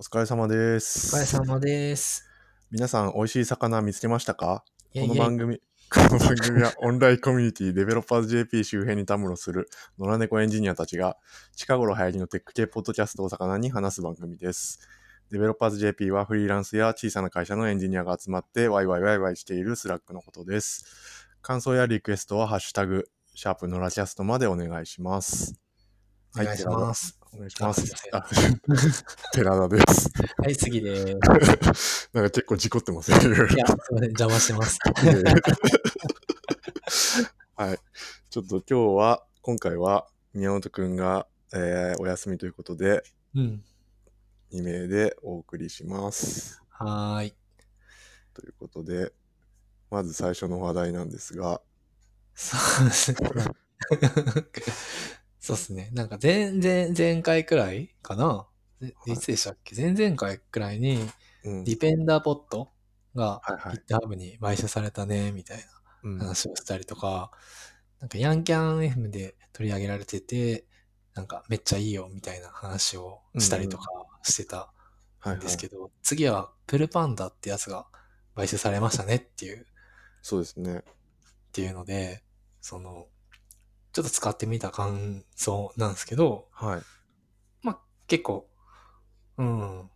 疲れ様でお疲れす。様です。皆さん、美味しい魚見つけましたかいやいこやの番組、 この番組はオンラインコミュニティデベロッパーズ JP 周辺にたむろする野良猫エンジニアたちが近頃流行りのテック系ポッドキャストを魚に話す番組です。デベロッパーズ JP はフリーランスや小さな会社のエンジニアが集まってワイワイワイワイしているスラックのことです。感想やリクエストはハッシュタグ、シャープ野良キャストまでお願いします。お願いしま。す。お願いします。ああ寺田です。はい、次 です。いなんか結構事故ってますね。いろいろや、すいません、邪魔してます。 はい。ちょっと今日は、今回は宮本くんが、えーお休みということで、うん。 2名でお送りします。はーい。ということで、まず最初の話題なんですが、そうですね。 そうですね。なんか前、前、前回くらいかな、いい、いつでしたっけ前々回くらいに、うんデ。ィペンダーポットがはいはい。 GitHub に買収されたね、みたいなうん話をしたりとか、なんかヤンキャン FM で取り上げられてて、なんかめっちゃいいよ、みたいな話をしたりとかしてたはいはいですけど、次はプルパンダってやつが買収されましたねっていう、っそうですね。ていうので、その、ちょっと使ってみた感想なんですけど、はい。まあ、結構、うん、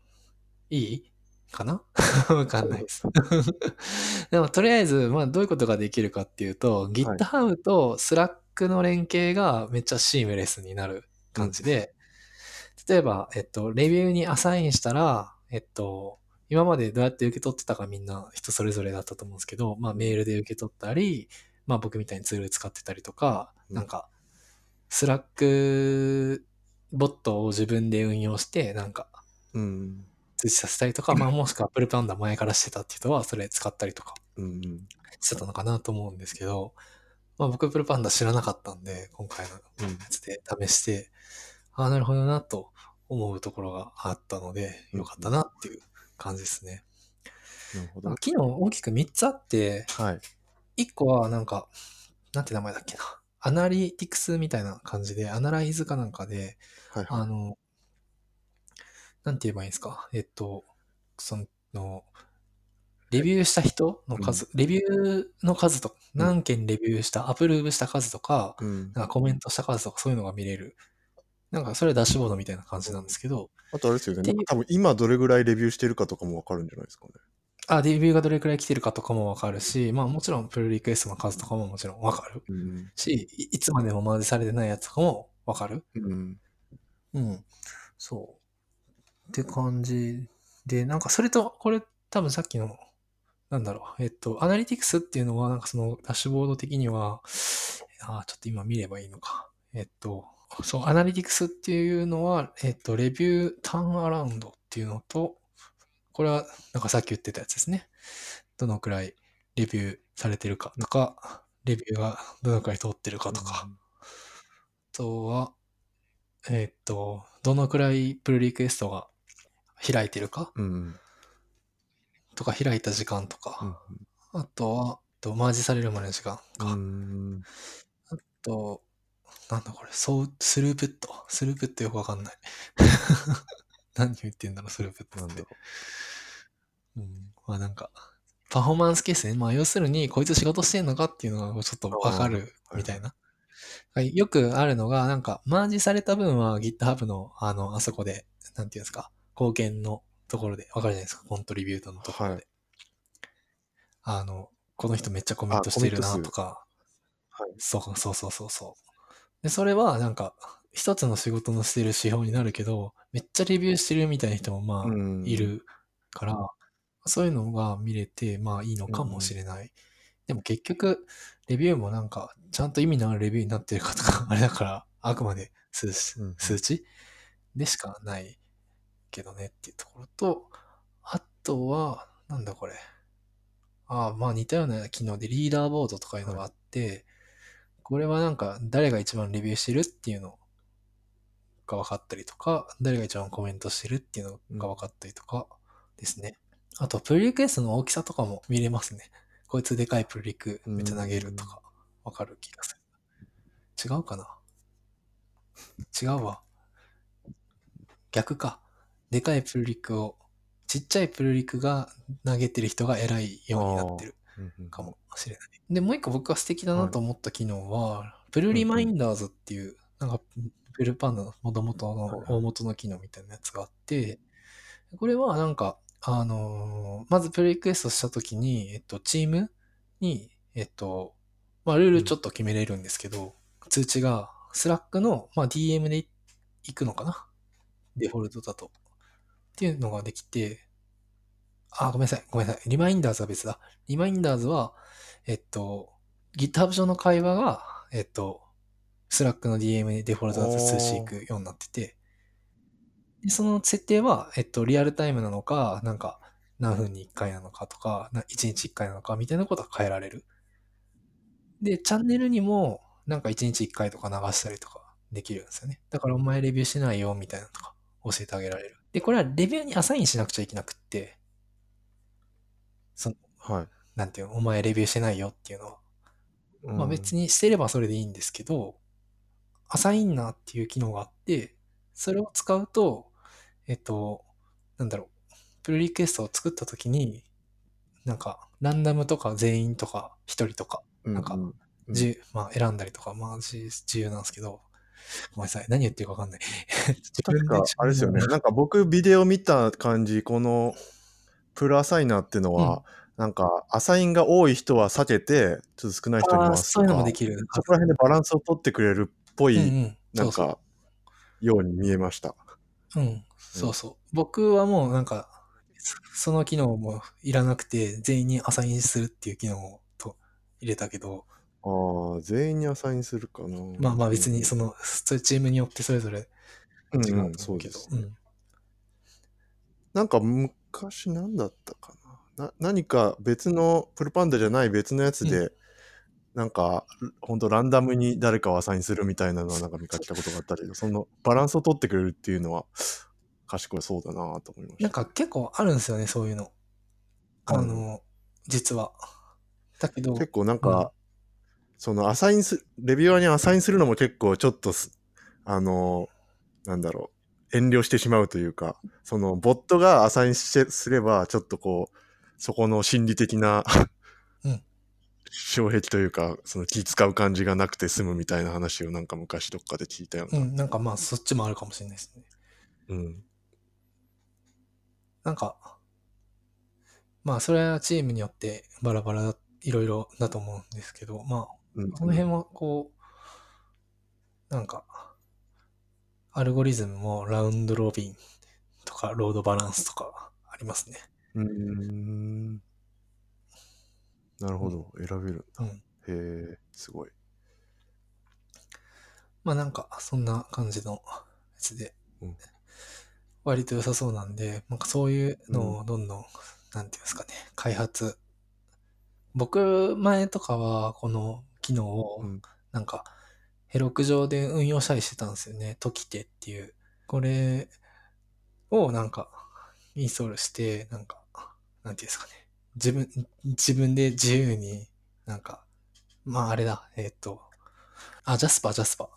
いいかな わかんないです。 でも、とりあえず、まあ、どういうことができるかっていうと、GitHub と Slack の連携がめっちゃシームレスになる感じで、例えば、えっと、レビューにアサインしたら、えっと、今までどうやって受け取ってたかみんな人それぞれだったと思うんですけど、まあ、メールで受け取ったり、まあ、僕みたいにツール使ってたりとか、うんなんか、スラックボットを自分で運用して、なんかうん。通知させた りとか、まあもしくはプルパンダ前からしてたって人はそれ使ったりとかうんうん。してたのかなと思うんですけど、まあ僕プルパンダ知らなかったんで、今回のやうんつで試して、ああ、なるほどなと思うところがあったので、よかったなっていう感じですね。なるほどなん。か機能大きく3つあって、はい。 1個はなんか、なんて名前だっけな。アナリティクスみたいな感じで、アナライズかなんかで、はいはあの、なんて言えばいいんですか。えっと、その、レビューした人の数、レビューの数とか、うん何件レビューした、アプローブした数とか、い。うん。なんかコメントした数とか、そういうのが見れる。なんか、それはダッシュボードみたいな感じなんですけど、あとあれですよね。っていう多分今どれぐらいレビューしてるかとかもわかるんじゃないですかね。あ、レビューがどれくらい来てるかとかもわかるし、まあもちろんプルリクエストの数とかももちろんわかるうん。し、いいつまでもマージされてないやつとかもわかる。うん。うん。そう。って感じで、なんかそれと、これ多分さっきの、なんだろう、えっと、アナリティクスっていうのは、なんかそのダッシュボード的には、あーちょっと今見ればいいのか。えっと、そう、アナリティクスっていうのは、えっと、レビューターンアラウンドっていうのと、これは、なんかさっき言ってたやつですね。どのくらいレビューされてるかとか、レビューがどのくらい通ってるかとか、あとは、えーっと、どのくらいプルリクエストが開いてるかうん。うん。とか開いた時間とうん か、あとは、とマージされるまでの時間うか、ん。と、なんだこれ、そう、スループット。スループットよくわかんない。 何言ってんだろう、スループットなっんだてろ。うん、まあなんか、パフォーマンスケースね。まあ要するに、こいつ仕事してんのかっていうのがちょっとわかるあーみたいな。はいよくあるのが、なんか、マージされた分は GitHub の、あの、あそこで、なんていうんですか、貢献のところで、わかるじゃないですか、コントリビュートのところで。はいあの、この人めっちゃコメントしてるあコなメント数とか、はいそうそうそうそうそう。で、それはなんか、一つの仕事のしてる指標になるけど、めっちゃレビューしてるみたいな人もまあ、うんい。るから、そういうのが見れて、まあいいのかもしれない。でも結局、レビューもなんか、ちゃんと意味のあるレビューになってるかとか、 あれだから、あくまで数うんうん数値でしかないけどねっていうところと、あとは、なんだこれ。ああ、まあ似たような機能でリーダーボードとかいうのがあって、これはなんか誰が一番レビューしてるっていうのが分かったりとか、誰が一番コメントしてるっていうのが分かったりとかですね。あと、プルリクエストの大きさとかも見れますね。こいつでかいプルリクめっちゃ投げるとか、分かる気がする。違うかな違うわ。逆か。でかいプルリクを、ちっちゃいプルリクが投げてる人が偉いようになってるうんうんかもしれない。で、もう一個僕が素敵だなと思った機能は、プルリマインダーズっていう、なんか、プルパンダの元々はいのは、い大元の機能みたいなやつがあって、これはなんか、あのーまずプルリクエストしたときに、えっと、チームに、えっと、まあ、ルールちょっと決めれるんですけど、通知が、スラックの、まあ、DM で行くのかなデフォルトだと。っていうのができて、あ、ごめんなさい、ごめんなさい。リマインダーズは別だ。リマインダーズは、えっと、GitHub 上の会話が、えっと、Slack の DM にデフォルトだと通知行くようになってて、でその設定は、えっと、リアルタイムなのか、なんか、何分に1回なのかとか、な1日1回なのかみたいなことは変えられる。で、チャンネルにも、なんか1日1回とか流したりとかできるんですよね。だからお前レビューしないよみたいなのとか教えてあげられる。で、これはレビューにアサインしなくちゃいけなくって、その、はい。なんていうの、お前レビューしてないよっていうのは。まあ別に。にしてればそれでいいんですけど、アサインナーっていう機能があって、それを使うと、えっと、なんだろう、プルリクエストを作った時に、なんか、ランダムとか全員とか1人とか、ななんかううん自由まあ選んだりとか、まあ自自由なんですけど、ごめんなさい、何言ってるかわかんない。自分確か、あれですよね。なんか僕、ビデオ見た感じ、このプルアサイナーっていうのは、なんか、アサインが多い人は避けて、ちょっと少ない人にあー回すそとうか、いうのもできる。そこら辺でバランスを取ってくれるっぽい、うんうん、なそんうそうか、ように見えました。うん、そうそう。僕はもうなんか、そその機能もいらなくて、全員にアサインするっていう機能をと入れたけど、ああ、全員にアサインするかな。まあまあ別にその、の、それチームによってそれぞれうん違う、うんとそ思ううけでど、すうね、ん。なんか昔何だったかなな何か別のプルパンダじゃない別のやつで、なんかほんとランダムに誰かをアサインするみたいなのはなんか見かけたことがあったけどそのバランスを取ってくれるっていうのは賢いそうだなと思いましなたんか結構あるんですよね、そういうの。あの、実は。だけど、結構なんか、そのアサインすレビュアーにアサインするのも結構ちょっとすあのなんだろう遠慮してしまうというかそのボットがアサインしてすればちょっとこうそこの心理的なうん障壁というかその気使う感じがなくて済むみたいな話をなんか昔どっかで聞いたよううな、ん、なんかまあそっちもあるかもしれないですね。うんなんか、まあそれはチームによってバラバラだ、いろいろだと思うんですけど、まあうんこの辺はこう、なんか、アルゴリズムもラウンドロビンとかロードバランスとかありますね。うーんなるほど選べるうん。へえすごいまあなんか、そんな感じのやつでうん、割と良さそうなんで、なんかそういうのをどんどん、なんていうんですかね、開発。僕、前とかは、この機能をうん、なんか、ヘロク上で運用したりしてたんですよね。トキテっていう。これをなんか、インストールして、なんか、なんていうんですかね。自分、自分で自由に、なんか、まああれだ、えっ、と、あ、ジャスパー、ジャスパー。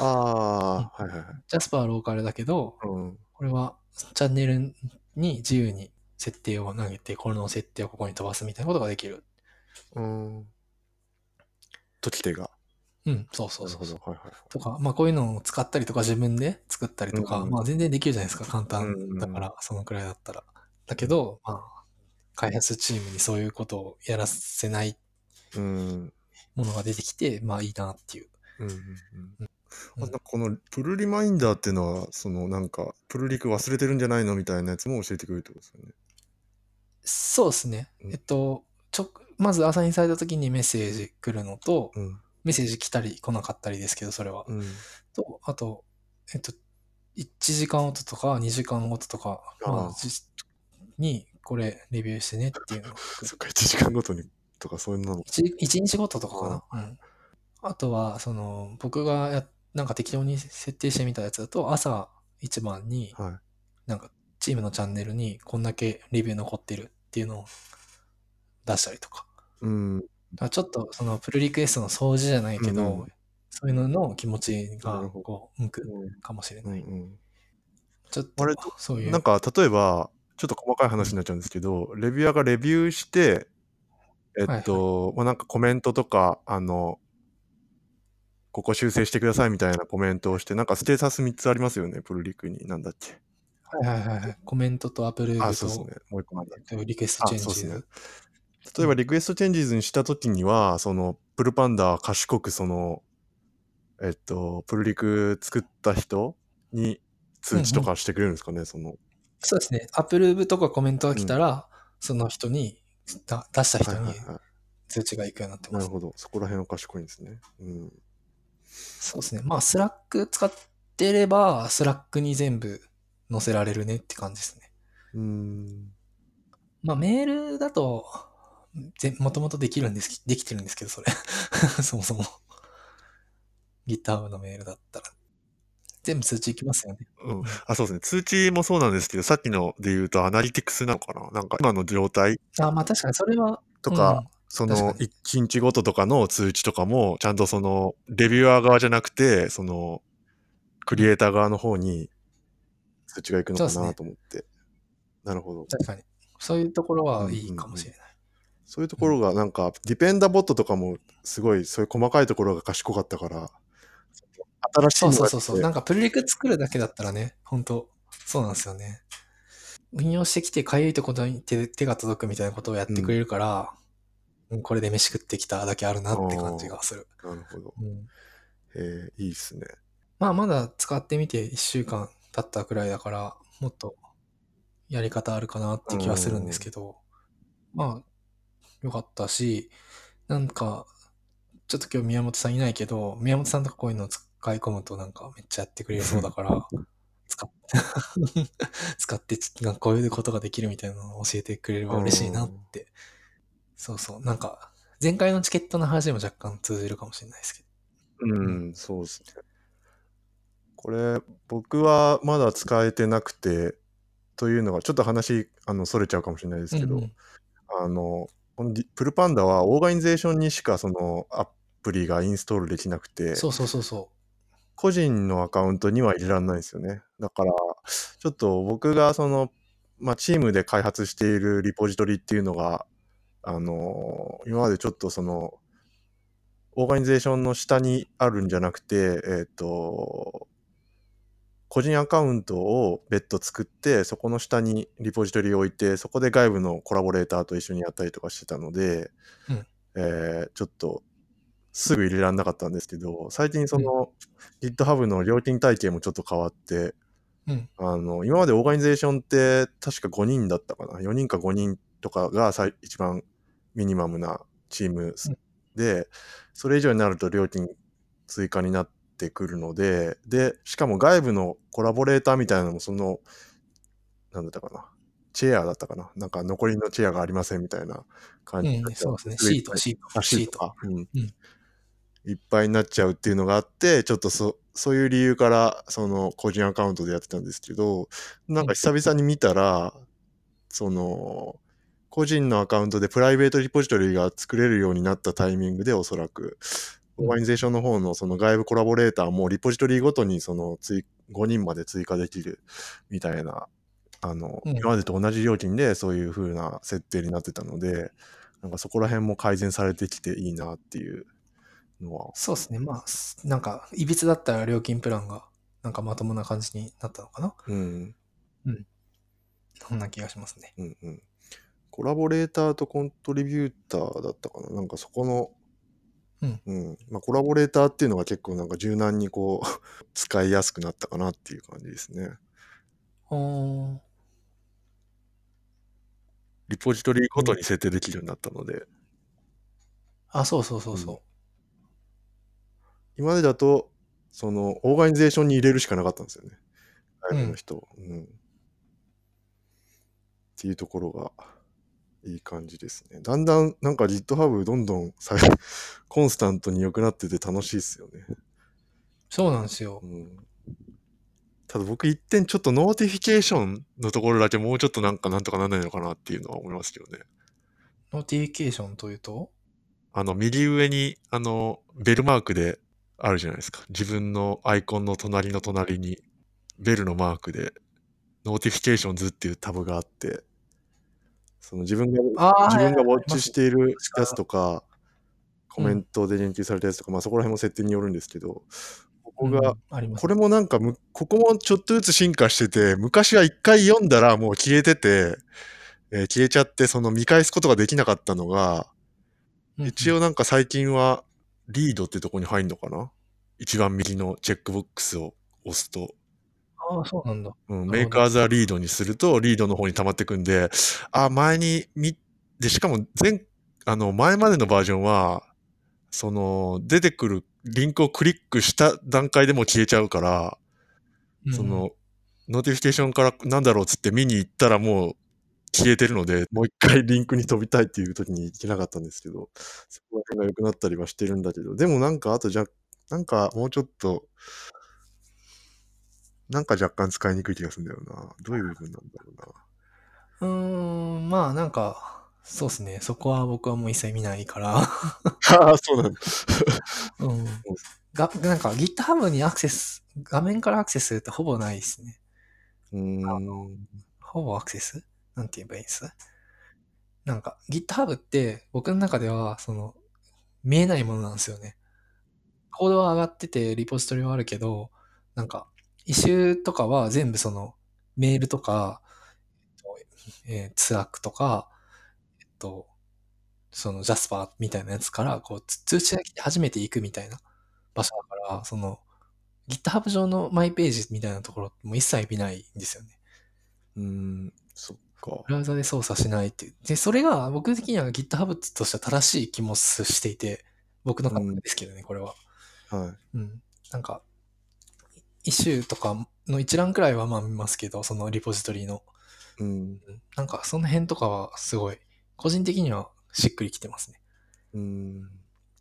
ああ、はいはいはいジャスパーはローカルだけど、うんこれはチャンネルに自由に設定を投げて、これの設定をここに飛ばすみたいなことができる。うん時手がうん、そうそうそうそなう。るほどはいはいはいとか、まあこういうのを使ったりとか自分で作ったりとか、うんうんまあ全然できるじゃないですか、簡単うんうんだから、そのくらいだったら。だけど、まあ、開発チームにそういうことをやらせないうんものが出てきて、まあいいなっていう。うんうんうんあなんかこのプルリマインダーっていうのはそのなんかプルリク忘れてるんじゃないのみたいなやつも教えてくれるってことですよね。そうですね。うんえっと、ちょ、まずアサインされた時にメッセージ来るのと、メッセージ来たり来なかったりですけど、それは。うんうん、と、あと、えっと、1時間ごととか2時間ごととか、あーまあじに、これレビューしてねっていうのが来るそっか1時間ごとにとかそういうのも。一一日ごととかかな。うん。あとは、その、僕がや、なんか適当に設定してみたやつだと、朝一番に、はなんか、チームのチャンネルにこんだけレビュー残ってるっていうのを出したりとか。い。うん。だからちょっと、その、プルリクエストの掃除じゃないけうんうど、そういうのの気持ちながるほど、こう、向くうんかもしれうなんい。ちょっあれと、そういう。なんか例えば、ちょっと細かい話になっちゃうんですけど、レビュアーがレビューして、えっと、まあ、なんかコメントとか、あの、ここ修正してくださいみたいなコメントをして、なんかステータス3つありますよね、プルリクに。なんだっけ。はいはいはいはい。コメントとアプルーブあ、そうですとね。もう一個なんだっけえっとリクエストチェンあジそうですねズ。例えばリクエストチェンジズにしたときには、そのプルパンダ賢くその、えっと、プルリク作った人に通知とかしてくれるんですかね、その。そうですね。アプルーブとかコメントが来たら、その人に、だ出した人はにいはいは通知が行くようになってい。なまるす。ほど。そこら辺は賢いんですね。うん。そうですね。まあ、スラック使ってれば、スラックに全部載せられるねって感じですね。うん。まあ、メールだと、ぜもともとできるんです、できてるんですけど、それ。 そもそも。GitHub のメールだったら。全部通知行きますよね。うん、あそうですね。通知もそうなんですけど、さっきので言うとアナリティクスなのかななんか今の状態あ、まあ確かにそれは。とか、うんそ確のかに1日ごととかの通知とかも、ちゃんとそのレビュアー側じゃなくて、そのクリエイター側の方に通知が行くのかそうですなねと思って。なるほど。確かに。そういうところはいいかもしれない。そういうところがなんか、ディペンダボットとかもすごいそういう細かいところが賢かったから、新しいそうのそうがそうそう。なんかプルリク作るだけだったらね、本当そうなんですよね。運用してきてかゆいところに手手が届くみたいなことをやってくれるから、うんこれで飯食ってきただけあるなって感じがする。なるほど。うんえー、いいですね。まあまだ使ってみて1週間経ったくらいだから、もっとやり方あるかなって気はするんですけど、まあ、良かったし、なんか、ちょっと今日宮本さんいないけど、宮本さんとかこういうのを使い込むとなんかめっちゃやってくれるそうだ から、使って、使ってち、なんかこういうことができるみたいなのを教えてくれれば嬉しいなって。そうそう。なんか、前回のチケットの話でも若干通じるかもしれないですけど。うん、そうですね。これ、僕はまだ使えてなくて、というのが、ちょっと話、あの、それちゃうかもしれないですけど、うんうんあの、このディプルパンダは、オーガニゼーションにしか、その、アプリがインストールできなくて、そうそうそうそう。個人のアカウントには入れられないんですよね。だから、ちょっと僕が、その、まあ、チームで開発しているリポジトリっていうのが、あの、今までちょっとその、オーガニゼーションの下にあるんじゃなくて、えっ、と、個人アカウントを別途作って、そこの下にリポジトリを置いて、そこで外部のコラボレーターと一緒にやったりとかしてたので、うんえーちょっとすぐ入れられなかったんですけど、最近その、GitHub の料金体系もちょっと変わって、うんあの今までオーガニゼーションって確か5人だったかな4人か5人とかが最一番ミニマムなチームうんで、それ以上になると料金追加になってくるのででしかも外部のコラボレーターみたいなのもそのなんだったかなチェアだったかななんか残りのチェアがありませんみたいな感じにうなっん、ちゃそううですね。シート、シート、シシーートト。か、うんうんいっぱいになっちゃうっていうのがあってちょっとそそういう理由からその個人アカウントでやってたんですけどなんか久々に見たら、その個人のアカウントでプライベートリポジトリが作れるようになったタイミングでおそらくうんオーガニゼーションの方のその外部コラボレーターもリポジトリごとにその追5人まで追加できるみたいなあの、うん今までと同じ料金でそういう風な設定になってたので、なんかそこら辺も改善されてきていいなっていうのは。そうですね。まあ、すなんか、いびつだったら料金プランが、なんかまともな感じになったのかなうん。そんな気がしますね。うんうん。コラボレーターとコントリビューターだったかななんかそこの、うんまあ、コラボレーターっていうのが結構なんか柔軟にこう 使いやすくなったかなっていう感じですね。おーリポジトリごとに設定できるようになったので、あ、そうそうそうそう。今までだとそのオーガニゼーションに入れるしかなかったんですよね外部の人を、うんっていうところがいい感じですねだんだんなんか GitHub どんどんさ コンスタントに良くなってて楽しいですよね、そうなんですよう。ん、ただ僕一点ちょっとノーティフィケーションのところだけもうちょっとなんかなんとかならないのかなっていうのは思いますけどねノーティフィケーションというとあの右上にあのベルマークであるじゃないですか自分のアイコンの隣の隣にベルのマークでノーティフィケーションズっていうタブがあって、その自分が、あ自分がウはいォッチしているやつとか、コメントで言及されたやつとか、まあそこら辺も設定によるんですけど、ここが、うんありますこれもなんかむ、ここもちょっとずつ進化してて、昔は一回読んだらもう消えてて、えー消えちゃって、その見返すことができなかったのが、うんうん一応なんか最近はリードってとこに入んのかな一番右のチェックボックスを押すと、ああ、そうなんだ。うん、なるほどメーカーザリードにするとリードの方に溜まってくんで、あ、前に見、で、しかも前、あの、前までのバージョンは、その、出てくるリンクをクリックした段階でもう消えちゃうから、うんその、ノーティフィケーションからなんだろうっつって見に行ったらもう消えてるの で、もう一回リンクに飛びたいっていう時に行けなかったんですけど、そこら辺が良くなったりはしてるんだけど、でもなんかあとじゃ、なんかもうちょっと、なんか若干使いにくい気がするんだよな。どういう部分なんだろうな。うーん、まあなんか、そうですね。そこは僕はもう一切見ないから。ああ、そうなんだ。うん。 が、なんか GitHub にアクセス、画面からアクセスするってほぼないですね。うーん。ほぼアクセスなんて言えばいいんですなんか GitHub って僕の中では、その、見えないものなんですよね。コードは上がってて、リポジトリはあるけど、なんか、イシューとかは全部その、メールとか、えーツアックとか、えっと、そのジャスパーみたいなやつから、こう、つ通知が来て初めて行くみたいな場所だから、その、GitHub 上のマイページみたいなところも一切見ないんですよね。うーん、そっかブ。ラウザで操作しないっていう。で、それが僕的には GitHub としては正しい気もすしていて、僕の感覚ですけどね、これは。はい。うん。なんか、イシューとかの一覧くらいはまあ見ますけど、そのリポジトリの。うん。うんなんかその辺とかはすごい、個人的にはしっくりきてますね。うーん。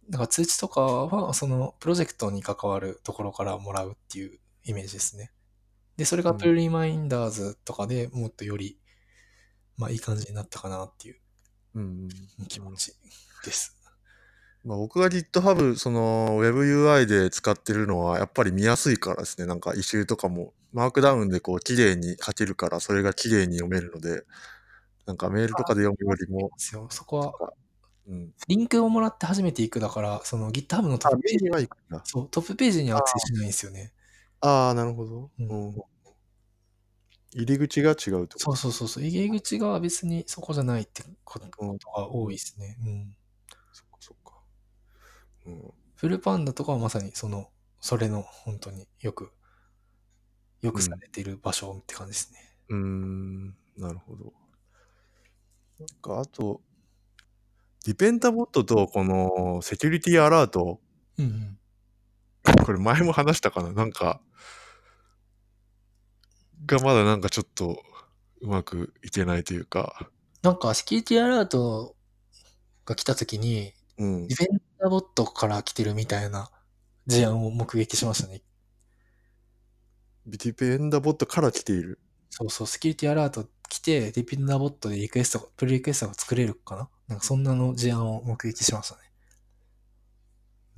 だから通知とかは、そのプロジェクトに関わるところからもらうっていうイメージですね。で、それがうんプルリマインダーズとかでもっとより、まあいい感じになったかなっていううん。気持ちです。まあ、僕が GitHub、その WebUI で使ってるのは、やっぱり見やすいからですね。なんか、異臭とかも、マークダウンでこう、綺麗に書けるから、それが綺麗に読めるので、なんかメールとかで読むよりも、ですよ。そこは、うん。リンクをもらって初めて行くだから、その GitHub のトあップ、ペメーールジはいいかな。そうトップページにはアクセスしないんですよね。ああ、なるほど。ううんん。入り口が違うってそこうそうそうそう。入り口が別にそこじゃないってことうんが多いですね。うん。そっかそっか。うん。フルパンダとかはまさにその、それの本当によく、よくされている場所って感じですね。うーん、なるほど。なんか、あと、ディペンタボットと、この、セキュリティアラート、うん、うん。これ前も話したかななんか、がまだなんかちょっとうまくいけないというか、なんか、セキュリティアラートが来た時に、うんデ。ィフェンダーボットから来てるみたいな事案を目撃しましたね。ビティペンダボットから来ている。そうそう、セキュリティアラート来て、リピンダーボットでリクエスト、プルリクエストが作れるかななんかそんなの事案を目撃しましたね。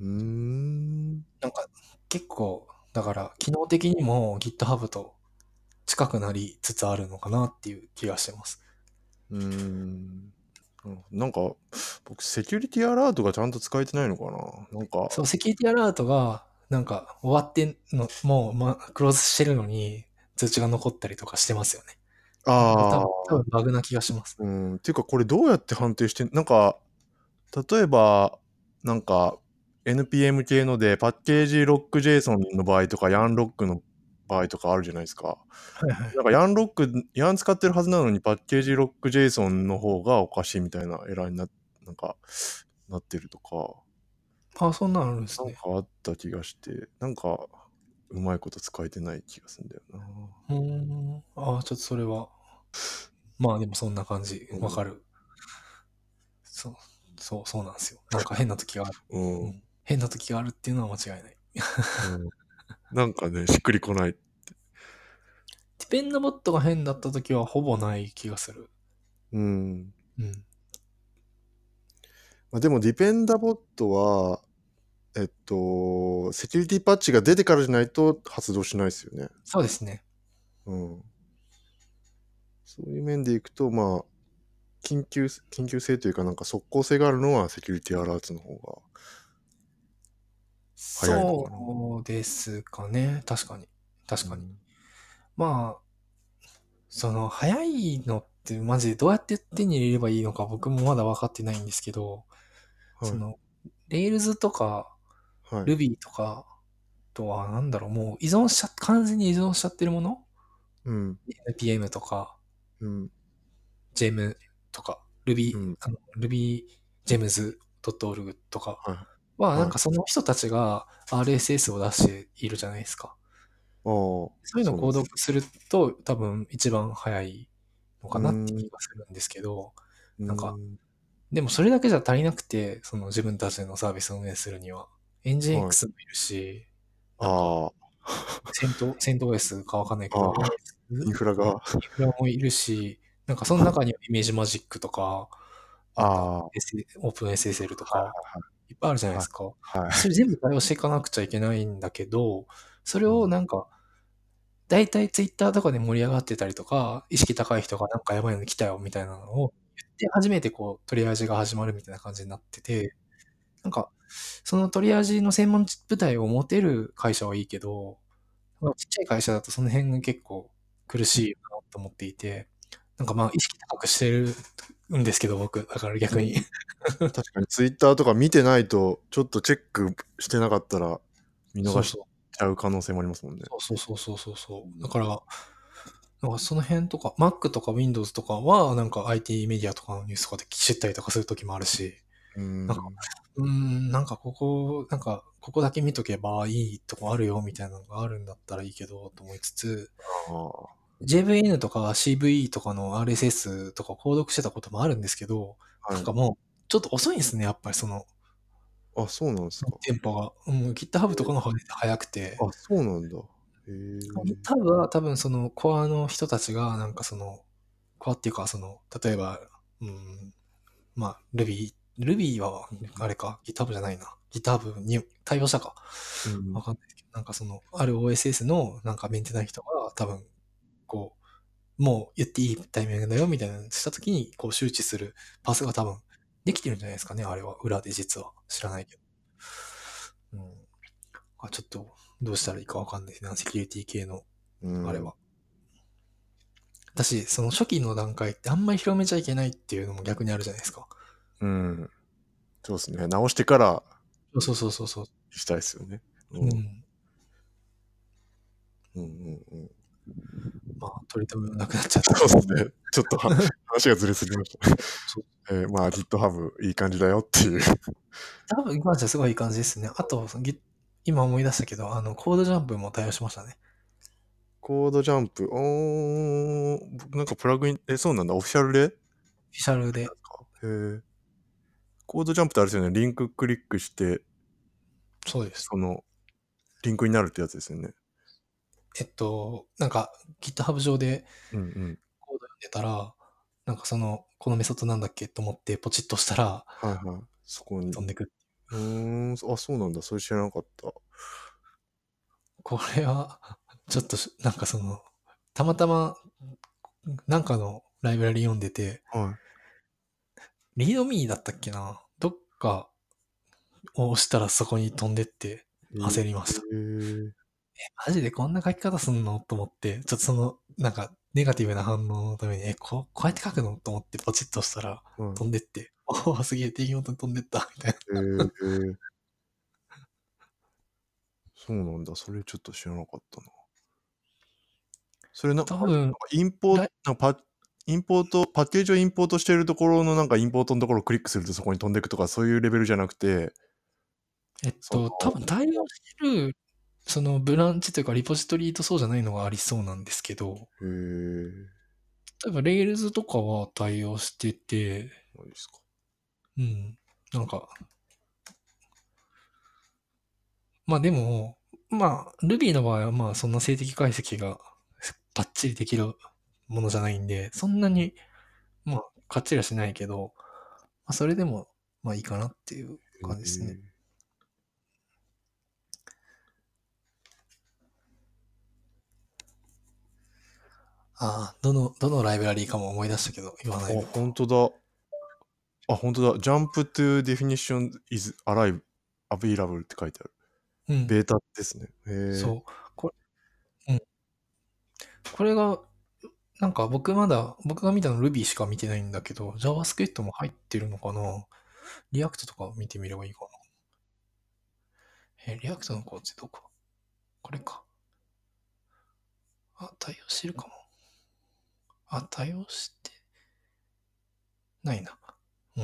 うーん。なんか結構、だから機能的にも GitHub と近くなりつつあるのかなっていう気がしてます。うーん。うんなんか、僕、セキュリティアラートがちゃんと使えてないのかななんか、そう、セキュリティアラートがなんか終わってんの、もう、ま、クローズしてるのに通知が残ったりとかしてますよね。あ多あ分、多分バグな気がします。うん。っていうか、これどうやって判定してん、なんか、例えば、なんか、NPM 系ので、パッケージロック JSON の場合とか、ヤンロックの場合とかあるじゃないですか。はいはい。なんかヤンロック、ヤン使ってるはずなのにパッケージロック JSON の方がおかしいみたいなエラーにななんかなってるとか、あ、そんなのあるんですなんねか。あった気がして、なんかうまいこと使えてない気がするんだよな。うーん。ああ、ちょっとそれは。まあでもそんな感じ。うんわかる、そう、そう、そうなんですよ。なんか変な時がある。うん。うん変な時があるっていうのは間違いない。うんなんかね、しっくりこない。ディペンダボットが変だった時はほぼない気がする。うん。うん。まあ、でも、ディペンダボットは、えっと、セキュリティパッチが出てからじゃないと発動しないですよね。そうですね。うん。そういう面でいくと、まあ、緊急、緊急性というか、なんか即効性があるのはセキュリティアラーツの方が。早いのかなそうですかね。確かに。確かに。まあ、その、早いのってマジでどうやって手に入れればいいのか僕もまだ分かってないんですけど、そはの、Rails とかい。はい。 Ruby とかとはなんだろう、もう依存しちゃ、完全に依存しちゃってるものうん。 ?NPM とかうん。 Gem とか Ruby、うんあの RubyGems.org とかはい。あは、なんかその人たちが RSS を出しているじゃないですあ。か。そういうのを購読すると多分一番早いのかなって気がするんですけど、なんかうでもそれだけじゃ足りなくて、その自分たちのサービスを運営するには、エンジン X もいるし、ああ。セント、セント OS かわかんないけあど、あインフラが。インフラもいるし、なんかその中にはイメージマジックとか、ああ。 S- オープン SSL とはいはいか、いっぱいあるじゃないですか。はい。それ全部対応していかなくちゃいけないんだけど、それをなんか、大体ツイッターとかで盛り上がってたりとか、意識高い人がなんかやばいの来たよみたいなのを言って初めてこう、トリアージが始まるみたいな感じになってて、なんか、そのトリアージの専門部隊を持てる会社はいいけど、なんかちっちゃい会社だとその辺が結構苦しいよなと思っていて、なんかまあ意識高くしてるんですけど、僕、だから逆に。確かに、ツイッターとか見てないと、ちょっとチェックしてなかったら、見逃しそうそうちゃう可能性もありますもんね。そうそうそうそうそう。だから、なんかその辺とか、Mac とか Windows とかは、なんか IT メディアとかのニュースとかで知ったりとかするときもあるし、うん。なんかうーん、なんかここ、なんかここだけ見とけばいいとこあるよみたいなのがあるんだったらいいけど、と思いつつ、あ JVN とか CVE とかの RSS とかを購読してたこともあるんですけど、あなんかもう、ちょっと遅いんですね、やっぱりその、あ、そうなんですか。テンポが。うん、GitHub とかの方が早くて。あ、そうなんだ。へえ。多分は多分そのコアの人たちがなんかそのコアっていうかその例えばうんまあ Ruby Ruby はあれか GitHub じゃないな GitHub に対応したかうんわかんないけどなんかそのある OSS のなんかメンテナー人が多分こうもう言っていいタイミングだよみたいなのした時にこう周知するパスが多分できてるんじゃないですかねあれは裏で実は知らないけどうんあちょっとどうしたらいいかわかんないなセキュリティ系のあれは。。私、その初期の段階ってあんまり広めちゃいけないっていうのも逆にあるじゃないですか。うん。うんそうですね。直してからそうそうそうそう。したいですよね。う。うんん。うんうんうん。 まあ、取り留めもなくなっちゃった。そうですね。ちょっとは話がずれすぎました。そ えーまあ GitHub いい感じだよっていう。多分今じゃすごいいい感じですね。あと、そのぎ今思い出したけど、あの、コードジャンプも対応しましたね。コードジャンプ。おー、なんかプラグイン、え、そうなんだ。オフィシャルでフィシャルで。へえ。コードジャンプってあれですよね。リンククリックして、そうです。その、リンクになるってやつですよね。えっと、なんか GitHub 上でうんうん。コード読んでたら、なんかその、このメソッドなんだっけと思ってポチッとしたらはいはい。そこに。飛んでくる。うーん、そあ、そうなんだ。それ知らなかった。これは、 ちょっとし、なんかその、たまたま、なんかのライブラリ読んでて、はい。リードミーだったっけなどっかを押したらそこに飛んでって焦りました。へーマジでこんな書き方すんのと思って、ちょっとその、なんか、ネガティブな反応のために、え、こう、こうやって書くのと思ってポチッと押したらうん飛んでって、おお、すげえ、定義元に飛んでった、みたいな。へーそうなんだ。それちょっと知らなかったな。それなんか、多分、インポーラト、なんかパインポート、パッケージをインポートしてるところのなんかインポートのところをクリックするとそこに飛んでいくとかそういうレベルじゃなくて、えっそのと、多分対応してる、そのブランチというかリポジトリとそうじゃないのがありそうなんですけど、へー例えば Rails とかは対応してて、マジですか。うん。なんか、まあでも、まあ Ruby の場合はまあそんな静的解析がバッチリできるものじゃないんで、そんなに、まあ、かっちりはしないけど、まあそれでも、まあいいかなっていう感じですね。ああ、どの、どのライブラリーかも思い出したけど、言わないあで、本当だ。あ、本当だ。Jump to definition is alive, available って書いてある。うん。ベータですね。へーそう。これ、うん。これが、なんか僕まだ、僕が見たの Ruby しか見てないんだけど、JavaScript も入ってるのかな ?React とか見てみればいいかな。え、React の構図どここれか。あ、対応してるかも。あ、対応して、ないな。うん。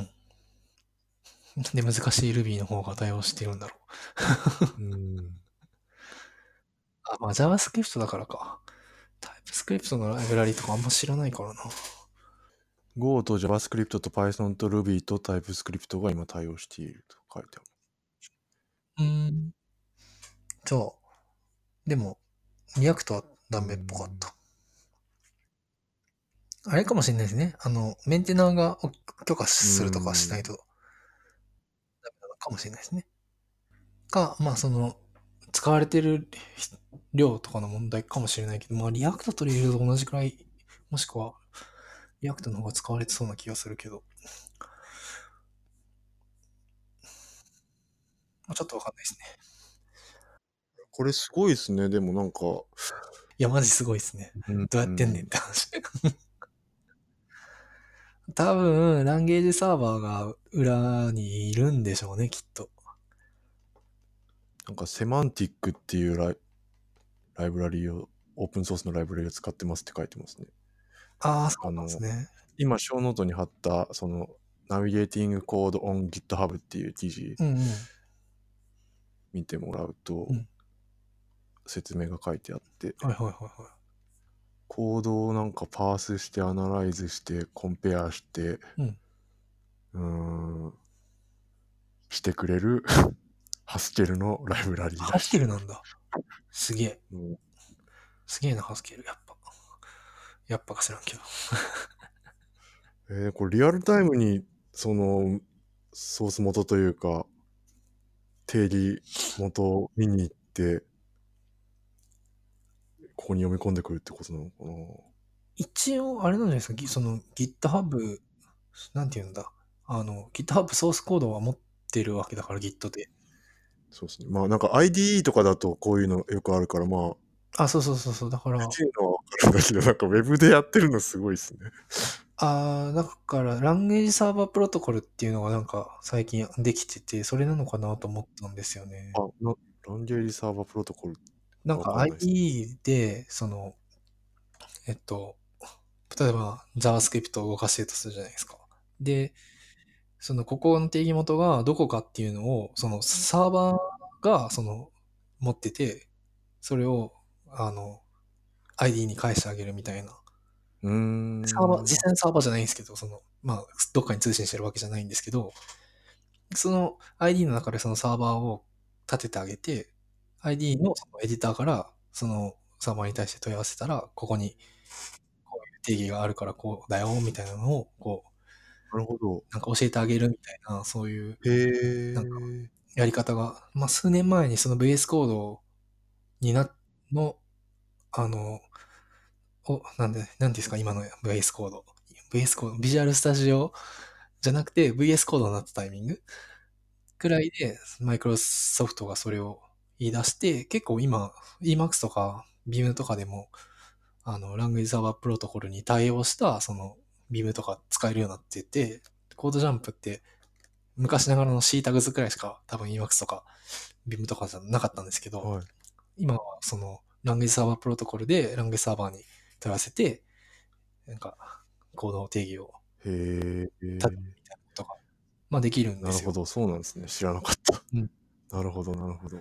なんで難しい Ruby の方が対応してるんだろう。うん。あ、まあ JavaScript だからか。タイプスクリプトのライブラリとかあんま知らないからな。 Go と JavaScript と Python と Ruby と TypeScript が今対応していると書いてある。うん。じゃあ、でも、React はダメっぽかった。あれかもしれないですね。あの、メンテナーがお許可するとかしないと、ダメなのかもしれないですね。か、まあその、使われてる量とかの問題かもしれないけど、まあ React と Rails と同じくらい、もしくは React の方が使われてそうな気がするけど。まあちょっとわかんないですね。これすごいですね。でもなんか。いや、マジすごいですね。どうやってんねんって話。 多分、ランゲージサーバーが裏にいるんでしょうね、きっと。なんかセマンティックっていうライライブラリを、オープンソースのライブラリを使ってますって書いてますね。ああ、そうなんですね。今、ショーノートに貼った、その、ナビゲーティングコードオン GitHub っていう記事うんうん。見てもらうとうん、説明が書いてあって、はいはいはいはコードをなんかパースして、アナライズして、コンペアして、ううんーんしてくれる ハスケルのライブラリい。ーハだスケルなんだ。すげえ。うんすげえな、ハスケル。やっぱ。やっぱか知らんけど。えーこれリアルタイムにそのソース元というか定義元を見に行ってここに読み込んでくるってことなのかな一応、あれなんじゃないですか、ぎその GitHub、なんていうんだ。あの、GitHub ソースコードは持ってるわけだから、Git で。そうですねまあなんか IDE とかだとこういうのよくあるからまあ、そうそうそうそう。だかあらっ、ちのはわかるんだけどなんか Web でやってるのすごいですねああ、だから、ランゲージサーバープロトコルっていうのがなんか最近できてて、それなのかなと思ったんですよね。あなランゲージサーバープロトコルなんかわかんないです IE で、その、えっと、例えば JavaScript を動かしてるとするじゃないですか。で、その、ここの定義元がどこかっていうのを、そのサーバーが、その、持ってて、それを、あの、ID に返してあげるみたいな。うーんサーバー、実際のサーバーじゃないんですけど、その、まあ、どっかに通信してるわけじゃないんですけど、その ID の中でそのサーバーを立ててあげて、ID のそのエディターから、そのサーバーに対して問い合わせたら、ここに、こういう定義があるからこうだよ、みたいなのを、こう、なるほどなんか教えてあげるみたいな、そういうへえなんかやり方が、まあ、数年前にその VS コードにな、の、あの、お、なんで、なんていうんですか、今の VS コード。VS コード、ビジュアルスタジオじゃなくて VS コードになったタイミングくらいで、マイクロソフトがそれを言い出して、結構今、Emacs とか Vim とかでも、あの、ラングエージサーバープロトコルに対応した、その、Vim とか使えるようになってて、コードジャンプって、昔ながらの C タグズくらいしか多分 Emacs とか Vim とかじゃなかったんですけど、はい今はそのランゲージサーバープロトコルでランゲージサーバーに問い合わせて、なんかコードの定義を、へえたまあ、できるんでなるすよほ。ど、そうなんですね。知らなかった。うんなるほど、なるほど。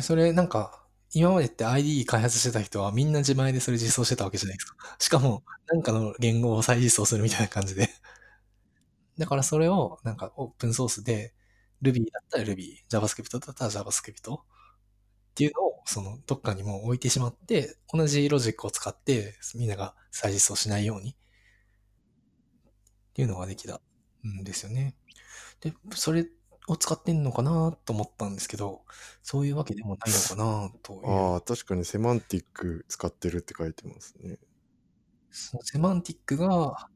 それなんか今までって IDE 開発してた人はみんな自前でそれ実装してたわけじゃないですか。しかもなんかの言語を再実装するみたいな感じで。だからそれをなんかオープンソースで Ruby だったら Ruby、JavaScript だったら JavaScript っていうのをそのどっかにもう置いてしまって同じロジックを使ってみんなが再実装しないようにっていうのができたんですよね。で、それを使ってんのかなと思ったんですけど、そういうわけでもないのかなという。ああ、確かにセマンティック使ってるって書いてますね。そのセマンティックが、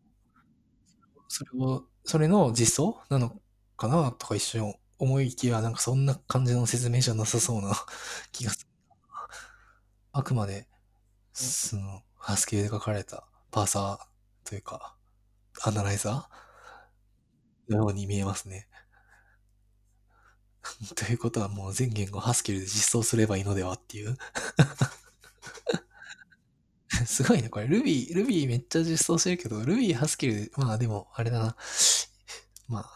それを、それの実装なのかなとか一瞬思いきや、なんかそんな感じの説明じゃなさそうな気がする。 あくまで、その、ハスケで書かれたパーサーというか、アナライザーのように見えますね。 ということはもう全言語ハスケルで実装すればいいのではっていう。 すごいね、これ。Ruby、Ruby めっちゃ実装してるけど、Ruby、ハスキル、まあでも、あれだな。まあ、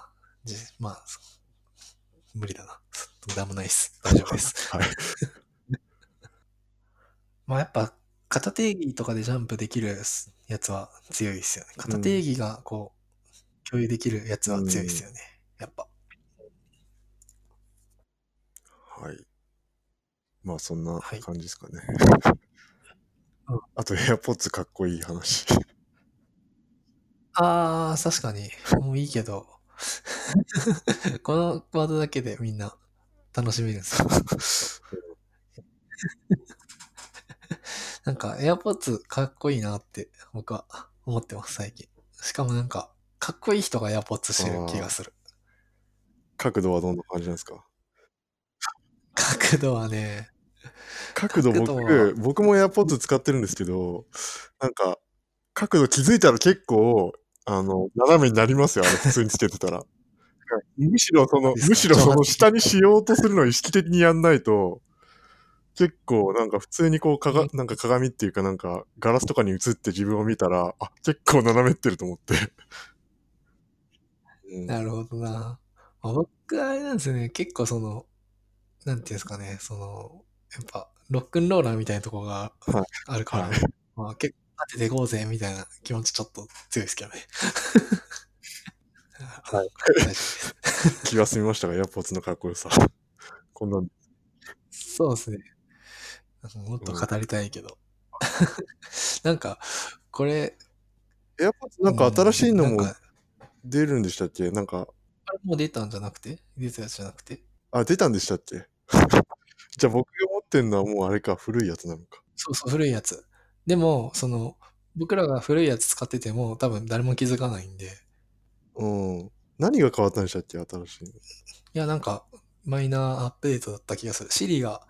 じまあ、そ無理だな。無駄もないっす。大丈夫です。 はい。まあやっぱ、片定義とかでジャンプできるやつは強いですよね。片定義がこう、共有できるやつは強いですよね。やっぱ。はい。まあそんなはい感じですかねうん。 あと、AirPods かっこいい話。あー、確かに。もういいけど。 このワードだけでみんな楽しめるんですよ。なんか AirPods かっこいいなって僕は思ってます、最近。しかもなんか、かっこいい人が AirPods してる気がする。角度はどんな感じなんですか角度はね、角度角度は僕、僕も AirPods 使ってるんですけど、なんか、角度気づいたら結構、あの、斜めになりますよ、 あれ、普通につけてたら。むしろその、ですかむしろその下にしようとするのを意識的にやんないと、結構なんか普通にこうかが、なんか鏡っていうかなんかガラスとかに映って自分を見たら、あ、結構斜めってると思 って。うんなるほどな。まあ僕あれなんですよね、結構その、なんていうんですかね、その、やっぱ、ロックンローラーみたいなとこがはいあるから、はまあ結構当ててこうぜ、みたいな気持ちちょっと強いですけどね。。はい大丈夫です。気が済みましたが、AirPods のかっこよさ。こんなんそうですね。もっと語りたいけど。 なんか、これ、 AirPods なんか新しいのうんもなんか出るんでしたっけなんか、あれもう出たんじゃなくて出たやつじゃなくてあ、出たんでしたっけ じゃあ僕が持ってんのはもうあれか、古いやつなのか。そうそう、古いやつ。でも、その、僕らが古いやつ使ってても多分誰も気づかないんで、うん。何が変わったんでしたっけ新しいの。いや、なんか、マイナーアップデートだった気がする。Siri が、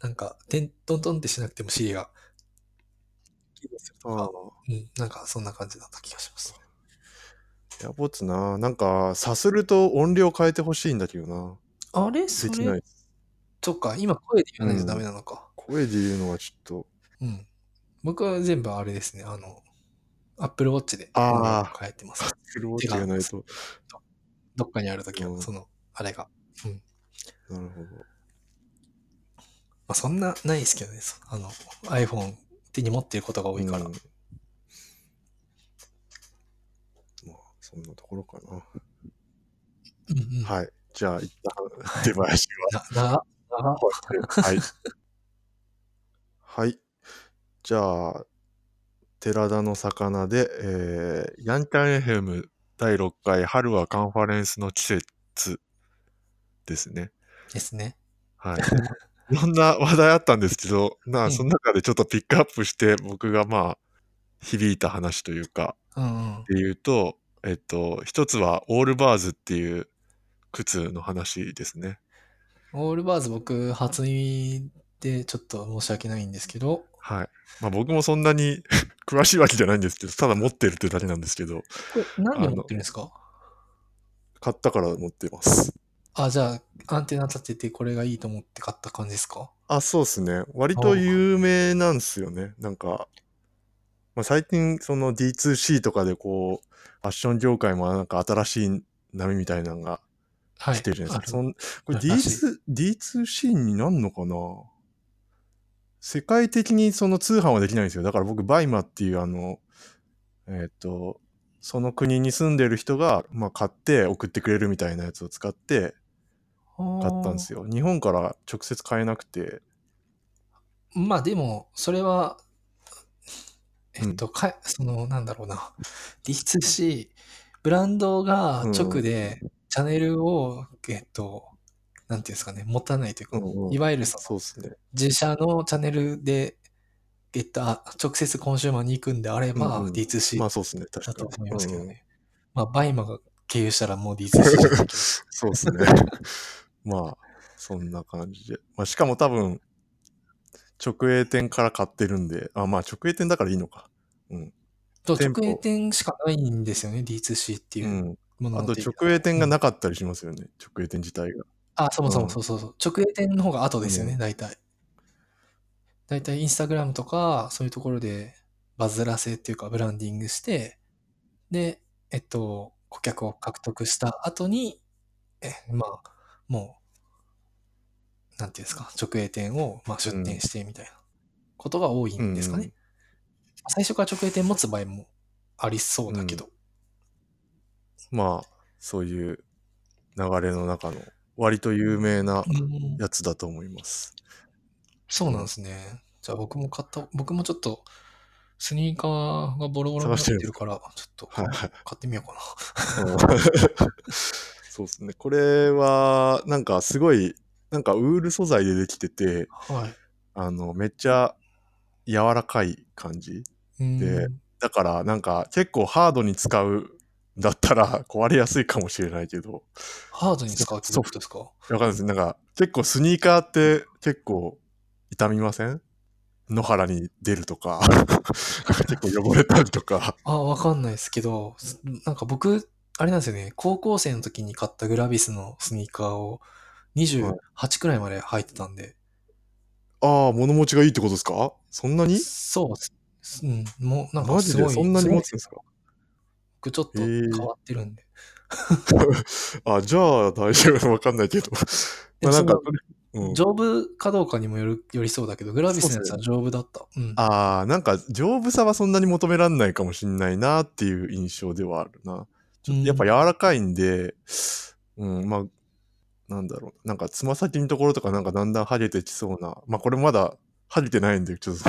なんか、てん、トントンってしなくても Siri が、起動するとあかあ、。うん、なんか、そんな感じだった気がします。 AirPods な。なんか、さすると音量変えてほしいんだけどな。あれでそきなれい。とか、今声で言わないとダメなのか。声で言うのはちょっと。うん。僕は全部あれですね、あの、Apple Watch であ変えてます。フルウォッチがないと。どっかにあるときうは、んその、あれが。なるほど。まあ、そんな、ないですけどね。そあの、iPhone 手に持ってることが多いから。うんまあ、そんなところかな。うんうんはい。じゃあ、一旦、 出囃子な、な、な、はい。はい。じゃあ、寺田の魚で、えー、ヤンキャンエヘム第6回春はカンファレンスの季節ですね。ですね。はい。いろんな話題あったんですけど、なうんあその中でちょっとピックアップして、僕がまあ、響いた話というか、うんうんっ。ていうと、えっと、一つは、オールバーズっていう靴の話ですね。オールバーズ僕、初耳でちょっと申し訳ないんですけど、はい。まあ僕もそんなに 詳しいわけじゃないんですけど、ただ持ってるってだけなんですけど、これ何で持ってるんですか買ったから持ってます。あじゃあ、アンテナ立ててこれがいいと思って買った感じですかあ、そうですね。割と有名なんですよね。なんか、まあ、最近その D2C とかでこう、ファッション業界もなんか新しい波みたいなのがはい。来てるじゃないですか。あそんこれはいらしい D2 D2C になんのかな世界的にその通販はできないんですよ。だから僕、バイマっていうあの、えっ、と、その国に住んでる人が、まあ、買って送ってくれるみたいなやつを使って買ったんですよ。よ。日本から直接買えなくて。まあでも、それは、えっと、かその、なんだろうな。D2C、ブランドが直でチャンネルを、えっと、なんていうんですかね、持たないというか、いわゆるそのそうですね。自社のチャンネルでえっと、あ直接コンシューマーに行くんであればうんうん D2C まあそうですね、確かだと思いますけどね。うんまあ、バイマが経由したらもう D2C じゃないけど そうですね。 まあ、そんな感じで。まあ、しかも多分、直営店から買ってるんで、あ、まあ直営店だからいいのか。うん。と店舗。直営店しかないんですよね、D2C っていううんものあのと定義直営店がなかったりしますよね。直営店自体が。あ、そもそもうんそうそうそう。直営店の方が後ですよね、うん大体。大体インスタグラムとか、そういうところでバズらせっていうかブランディングして、で、えっと、顧客を獲得した後に、え、まあ、もう、なんていうんですか、直営店をまあ出店してみたいなことが多いんですかね。うん最初から直営店持つ場合もありそうだけど。まあ、そういう流れの中の、割と有名なうんやつだと思います。そうなんですね。じゃあ僕も買った、僕もちょっと、スニーカーがボロボロに探なっしててるるから、ちょっとはい買はい。ってみようかな。 そうですね。これは、なんかすごい、なんかウール素材でできてて、はい。あの、めっちゃ柔らかい感じ。うんでだから、なんか結構ハードに使うんだったら 壊れやすいかもしれないけど、ハードに使うってソどういうフことですかわかんないです。なんか結構スニーカーって結構痛みません野原に出るとか、 なんか結構汚れたりとか。あ、わかんないですけど、すなんか僕、あれなんですよね、高校生の時に買ったグラビスのスニーカーを28くらいまで履いてたんで、ああ、物持ちがいいってことですかそんなにそうっす、うん、もうなんかマすジごでい、そんなに持つんですすかごい僕ちょっとへ変ーわってるんで。あ、じゃあ大丈夫。わかんないけど。まあなんか、うん、丈夫かどうかにもよるよりそうだけど、グラビスのやつは丈夫だった。うん。ああ、なんか丈夫さはそんなに求められないかもしんないなっていう印象ではあるな。ちょっとやっぱ柔らかいんで、うん、まあ、なんだろう。なんかつま先のところとかなんかだんだん剥げてきそうな。まあこれまだ剥げてないんで、ちょっと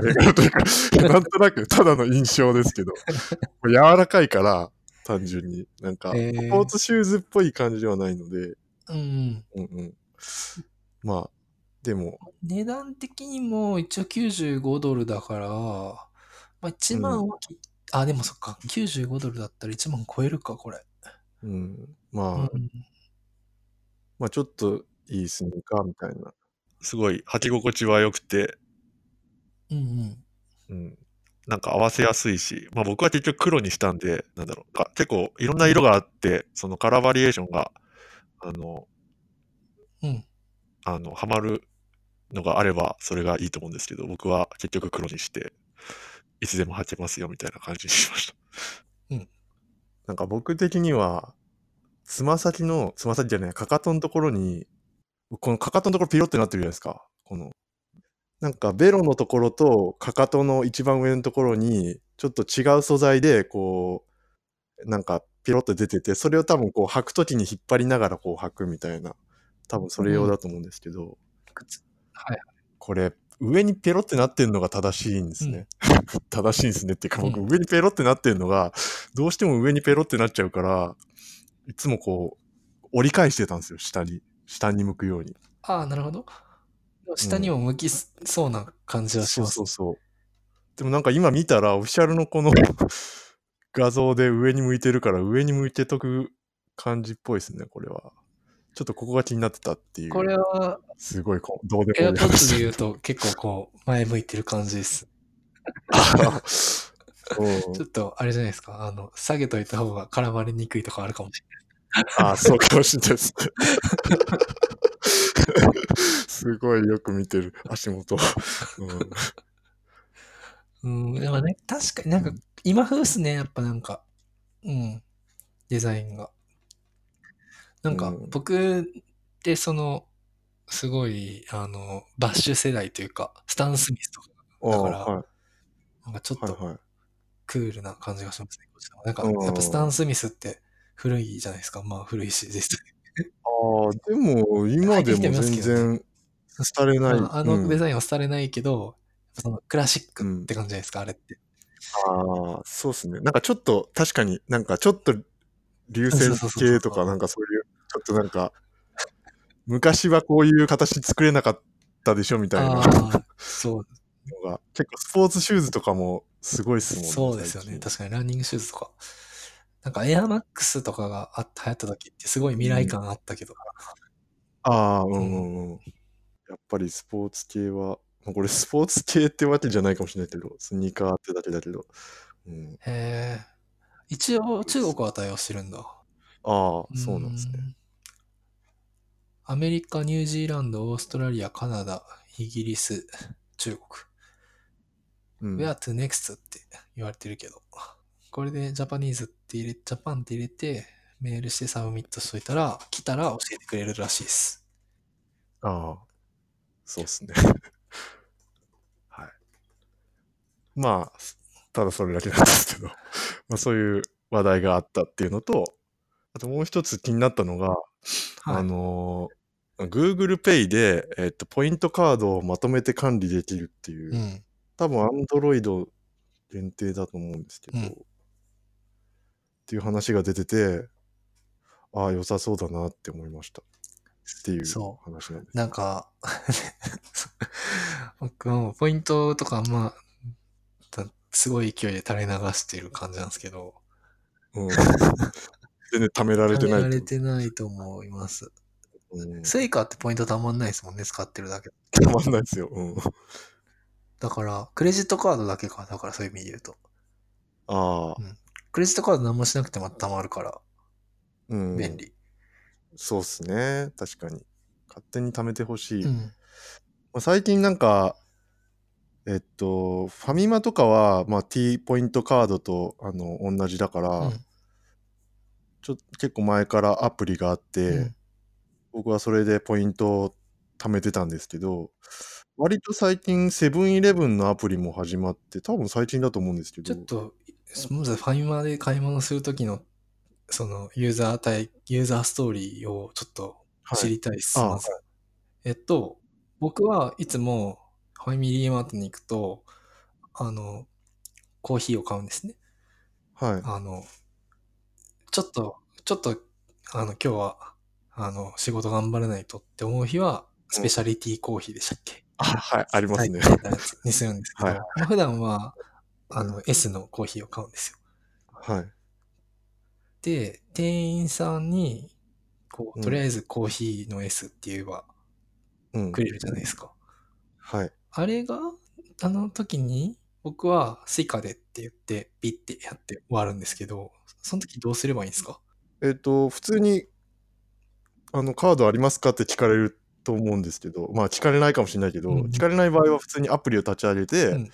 というか、なんとなくただの印象ですけど、柔らかいから、単純に。なんか、えスーポーツシューズっぽい感じではないので、うん。うんうん。まあ、でも、値段的にも一応95ドルだから、まあ、1万はき、あ、でもそっか、95ドルだったら1万超えるか、これ。うん、まあ、うんまあちょっといいスニーカーみたいな。すごい履き心地は良くて、うんううん。ん、なんか合わせやすいし、まあ僕は結局黒にしたんで、なんだろう、か結構いろんな色があって、そのカラーバリエーションが、あの、うん。あの、ハマるのがあればそれがいいと思うんですけど、僕は結局黒にして、いつでも履けますよみたいな感じにしました。うん。なんか僕的には、つま先の、つま先じゃない、かかとのところに、このかかとのところピロってなってるじゃないですか。この、なんかベロのところとかかとの一番上のところに、ちょっと違う素材で、こう、なんかピロって出てて、それを多分こう履くときに引っ張りながらこう履くみたいな、多分それ用だと思うんですけど、靴はい。これ、上にペロってなってんのが正しいんですね。 正しいんですねっていうか、僕、う上にペロってなってんのが、どうしても上にペロってなっちゃうから、いつもこう、折り返してたんですよ、下に。下に向くように。ああ、なるほど。下にも向きすそうな感じはしそうます。そうそう。でもなんか今見たら、オフィシャルのこの 画像で上に向いてるから、上に向いてとく感じっぽいですね、これは。ちょっとここが気になってたっていう。これは、すごいこう、どうエでもアいいポッツ話で。言うと結構こう、前向いてる感じです。 うんちょっと、あれじゃないですか。あの、下げといた方が絡まれにくいとかあるかもしああ、そうかもしれないです。すごいよく見てる、足元。うんれない。うん。でもね、確かになんか、今風っすね、やっぱなんか。うん。デザインが。なんかうん、僕ってその、すごい、あの、バッシュ世代というか、スタン・スミスとか、ああ、だからはなんかちょっい、とはい、はい。クールな感じがしますね、こっちの方うがなんんか、やっぱスタン・スミスって古いじゃないですか。まあ、古いし、実際。ああ、でも、今でも全然、廃れない。ああうのんデザインは廃れないけど、そのクラシックって感じじゃないですか、あれって。ああ、そうですね。なんかちょっと、確かになんかちょっと、流そう線そうそうそう系とか、なんかそういう、ちょっとなんか、昔はこういう形作れなかったでしょみたいな。ああ、そう。のが、結構スポーツシューズとかもすごいですもんね。そうですよね。最近確かにランニングシューズとか。なんかエアマックスとかがあ流行った時ってすごい未来感あったけど。ああ、うんうんうん。やっぱりスポーツ系は、まあこれスポーツ系ってわけじゃないかもしれないけど、スニーカーってだけだけど。うん、へえ。一応中国は対応してるんだ。ああ、そうなんですね。うん。アメリカ、ニュージーランド、オーストラリア、カナダ、イギリス、中国。うん、 Where to next って言われてるけど。これでジャパニーズって入れ、ジャパンって入れて、メールしてサブミットしといたら、来たら教えてくれるらしいです。ああ、そうですね。 はい。まあ、ただそれだけなんですけど、 まあそういう話題があったっていうのと、あともう一つ気になったのが、はあい。のー Google Pay で、えっと、ポイントカードをまとめて管理できるっていう、うん。多分 Android 限定だと思うんですけど、うんっていう話が出てて、ああ、良さそうだなって思いました。っていうそ話なんです。なんか、 僕もポイントとか、まあ、すごい勢いで垂れ流してる感じなんですけど、うん 全然貯められてない貯められとてないと思います。うんスイカってポイントたまんないですもんね、使ってるだけ。たまんないですよ。うん、だから、クレジットカードだけか。だからそういう意味で言うと。ああ、クレジットカード何もしなくてもたまるから、うん。便。利。そうっすね。確かに。勝手に貯めてほしい。うん。まあ、最近なんか、えっと、ファミマとかは、まあ、T ポイントカードとあの同じだから、うんちょ結構前からアプリがあって、うん僕はそれでポイントを貯めてたんですけど、割と最近、セブンイレブンのアプリも始まって、多分最近だと思うんですけちど、ょっと、まずファミマで買い物するときの、その、ユーザー体、ユーザーストーリーをちょっとはい知りたいです。あまずえっと、僕はいつもファミリーマートに行くと、あの、コーヒーを買うんですね。はい。あの、ちょっと、ちょっと、あの、今日は、あの、仕事頑張らないとって思う日は、スペシャリティコーヒーでしたっけあ、はい、ありますね。はい大体にするんですけど、はいまあ普段は、あの、S のコーヒーを買うんですよ。はい。で、店員さんに、こうう、んとりあえずコーヒーの S って言えばうんく。れるじゃないですか。はい。あれが、あの時に、僕はスイカでって言って、ピッてやって終わるんですけど、その時どうすればいいんですかえっ、と、普通に、あの、カードありますかって聞かれると思うんですけど、まあ、聞かれないかもしれないけど、うん聞かれない場合は普通にアプリを立ち上げて、うん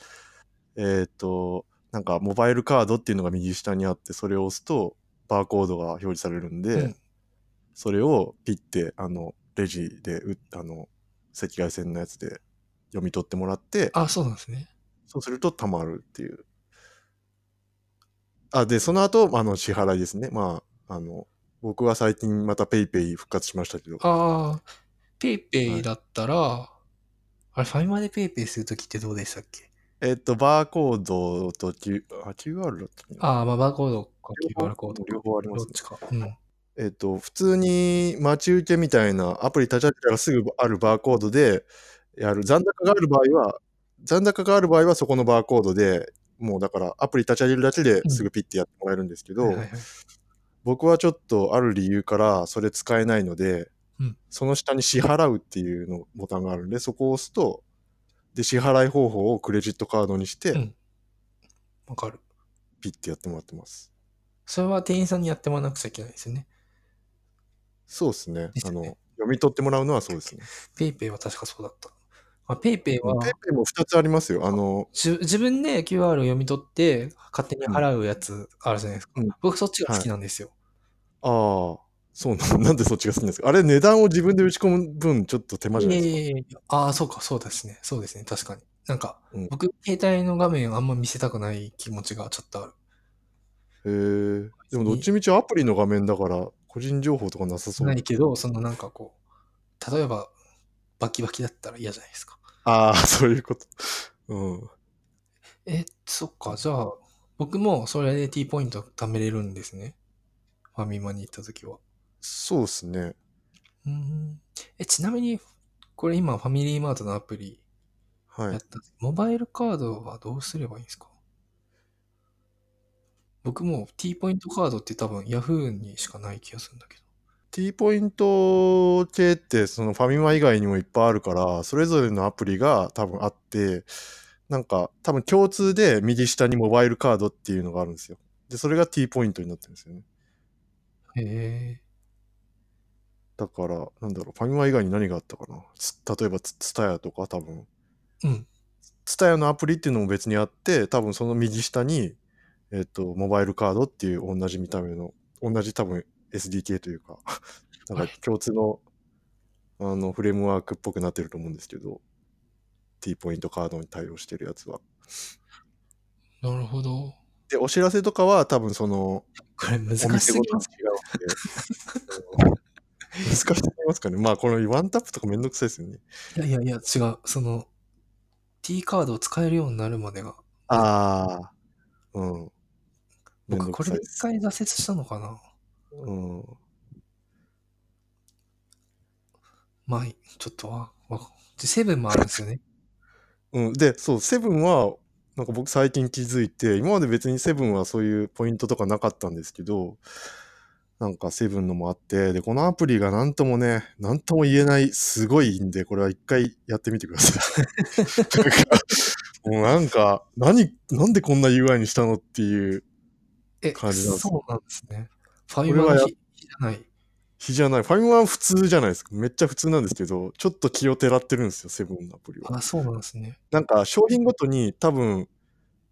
えっ、と、なんか、モバイルカードっていうのが右下にあって、それを押すと、バーコードが表示されるんで、うんそれをピッて、あの、レジでう、あの、赤外線のやつで読み取ってもらって、あ、そうなんですね。そうすると貯まるっていう。あ、で、その後、あの、支払いですね。まあ、あの、僕は最近また PayPay ペイペイ復活しましたけど、ああ、ペイペはイいだったら、あれ、ファミマでペイペイするときってどうでしたっけえっと、バーコードと Q、あ、QR だったっけなああ、まあ、バーコードか両方 QR コードか両方ありまどすっね。ちか。うん。えっと、普通に待ち受けみたいなアプリ立ち上げたらすぐあるバーコードでやる。残高がある場合は、残高がある場合はそこのバーコードで、もうだからアプリ立ち上げるだけですぐピッてやってもらえるんですけど、はいはいはい僕はちょっとある理由からそれ使えないので、うんその下に支払うっていうのボタンがあるんで、そこを押すと、で、支払い方法をクレジットカードにして、うんわかる。ピッてやってもらってます。それは店員さんにやってもらわなくちゃいけないですよね。そうですね。ですあよの、ね読み取ってもらうのはそうですね。ペイペイは確かそうだった。あ、ペイペペイは、イペイも2つありますよ。あの、じゅ自分で QR を読み取って、勝手に払うやつあるじゃないですか。うん僕そっちが好きなんですよ。ああ、そうなん、 なんでそっちが好きなんですかあれ、値段を自分で打ち込む分、ちょっと手間じゃないですか。ええああ、そうか、そうですね。そうですね。確かに。なんか、うん僕、携帯の画面あんま見せたくない気持ちがちょっとある。へえ。でも、どっちみちアプリの画面だから、個人情報とかなさそうないけど、そのなんかこう、例えば、バキバキだったら嫌じゃないですか。ああ、そういうこと。うん。え、そっか、じゃあ、僕もそれで T ポイント貯めれるんですね。ファミマに行った時は。そうですね。うん。え、ちなみに、これ今、ファミリーマートのアプリはいやっ。たんですモバイルカードはどうすればいいんですか僕もう T ポイントカードって多分 Yahoo にしかない気がするんだけど。 T ポイント系ってそのファミマ以外にもいっぱいあるからそれぞれのアプリが多分あってなんか多分共通で右下にモバイルカードっていうのがあるんですよでそれが T ポイントになってるんですよねへえ。だからなんだろうファミマ以外に何があったかなつ例えばツツタヤとか多分うん。ツタヤのアプリっていうのも別にあって多分その右下にえっとモバイルカードっていう同じ見た目の同じ多分 SDK というか なんか共通のあのフレームワークっぽくなってると思うんですけど T ポイントカードに対応してるやつはなるほど。でお知らせとかは多分そのこれ難おし店すごぎとまにす。違うのであの難しくなりますかねまあこのワンタップとかめんどくさいですよねいやいやいや、違う。その T カードを使えるようになるまでが。ああうんめん僕どこくれさいでです一回挫折したのかなうんまあ、ちょっとわ、わ、でセブンもあるんです よね。うん、で、そう、セブンは、なんか僕最近気づいて、今まで別にセブンはそういうポイントとかなかったんですけど、なんかセブンのもあって、で、このアプリがなんともね、なんとも言えない、すごいんで、これは一回やってみてくださ い。なんか、もうなんか、何、なんでこんな UI にしたのっていう、え、感じなんですそうなんですね。ファイれはバーやの日じゃない。日じゃない。ファミマは普通じゃないですか。めっちゃ普通なんですけど、ちょっと気をてらってるんですよ、セブンのアプリは。あ、そうなんですね。なんか商品ごとに多分、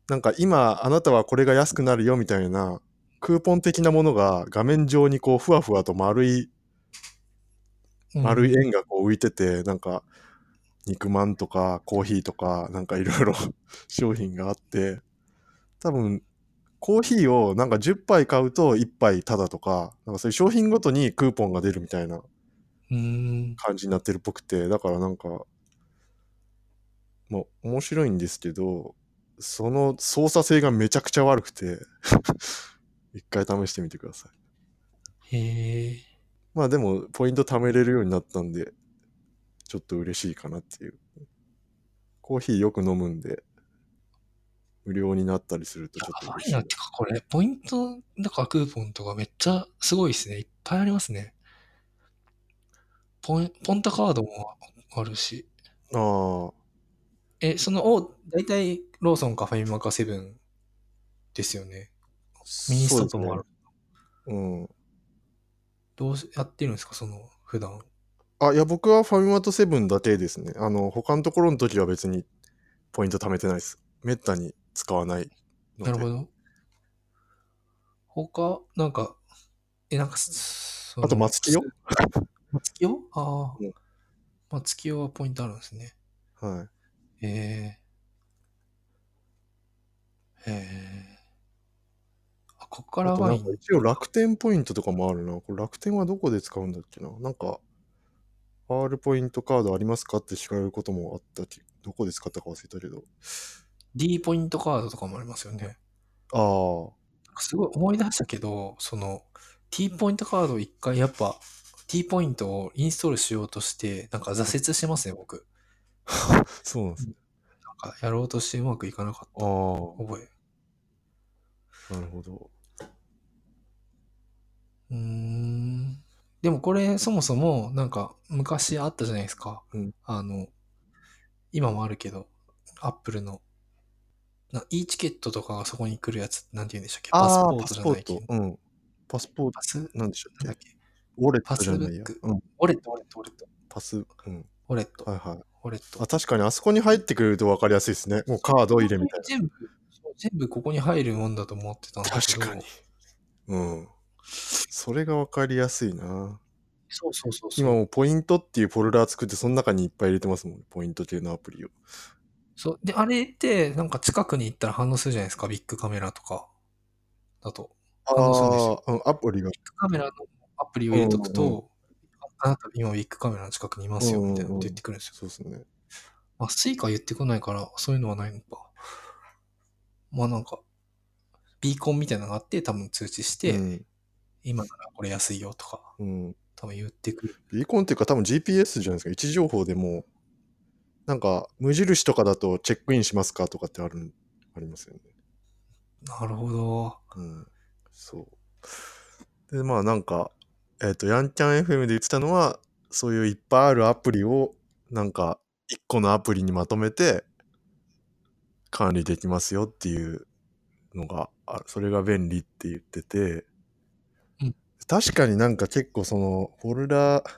なんか今あなたはこれが安くなるよみたいなクーポン的なものが画面上にこうふわふわと丸い、うん丸い円がこう浮いてて、なんか肉まんとかコーヒーとかなんかいろいろ 商品があって、多分コーヒーをなんか10杯買うと1杯タダとか、なんかそういう商品ごとにクーポンが出るみたいなうーん。感じになってるっぽくてだからなんかまあ面白いんですけどその操作性がめちゃくちゃ悪くて 一回試してみてくださいへえ。まあでもポイント貯めれるようになったんでちょっと嬉しいかなっていうコーヒーよく飲むんで無料になったりするとちょっやとば嬉しいいな。てか、これ、ポイント、だからクーポンとかめっちゃすごいですね。いっぱいありますね。ポインポンタカードもあるし。ああえ、その、お、大体、ローソンかファミマかセブンですよね。ミニストップもあそる。うですねうんどうしやってるんですか、その、普段。あ、いや、僕はファミマとセブンだけですね。あの、他のところの時は別にポイント貯めてないです。めったに使わないので。なるほど。他、なんか、え、なんか、そのあと、松木よ。松木よああうん。松木よはポイントあるんですね。はい。ええ。ええ。あ、ここからあとワなイんかン。一応楽天ポイントとかもあるな。これ楽天はどこで使うんだっけな。なんか、R ポイントカードありますかって聞かれることもあったけどこで使ったか忘れたけど。 D ポイントカードとかもありますよね。あすごい思い出したけど、その T ポイントカード一回やっぱ T ポイントをインストールしようとして、なんか挫折してますね、僕。あ、そうなんですね。なんかやろうとしてうまくいかなかっああ、た覚え。なるほど。うーん。でもこれそもそもなんか昔あったじゃないですか。うんあの、今もあるけど、アップルの、な E チケットとかがそこに来るやつ、なんて言うんでしたっけパスああ、ポパートじスゃポないーけどト。。うん。パスポートパ、ス、なんなんでしただっっけけウォレッパトじスゃブないッや。ク。うん。ウォレット、ウォレット、ウォレット。パス、うん。ウォレット、はいはい。ウォレットあ。確かにあそこに入ってくれると分かりやすいですね。もうカードを入れみたい全部、全部ここに入るもんだと思ってたんな。だけど。。に。うん。それが分かりやすいな。そうそうそうそう。今もうポイントっていうフォルダー作って、その中にいっぱい入れてますもんね。ポイント系のアプリを。そう。で、あれって、なんか近くに行ったら反応するじゃないですか。ビッグカメラとか。だと。ああそうですよあー、うんアプリがビ。ッグカメラのアプリを入れとくと、うんうんあなた今ビッグカメラの近くにいますよ、みたいなこと言ってくるんですよ。そうですね。まあ、スイカ言ってこないから、そういうのはないのか。まあなんか、ビーコンみたいなのがあって、多分通知して、うん今ならこれ安いよとか、うん。多分言ってくる。ビーコンっていうか多分 GPS じゃないですか。位置情報でもなんか、無印とかだとチェックインしますかとかってある、ありますよね。なるほど。うん。そう。で、まあなんか、えっ、と、ヤンキャン FM で言ってたのは、そういういっぱいあるアプリを、なんか、一個のアプリにまとめて、管理できますよっていうのが、あそれが便利って言ってて、うん確かになんか結構その、フォルダー、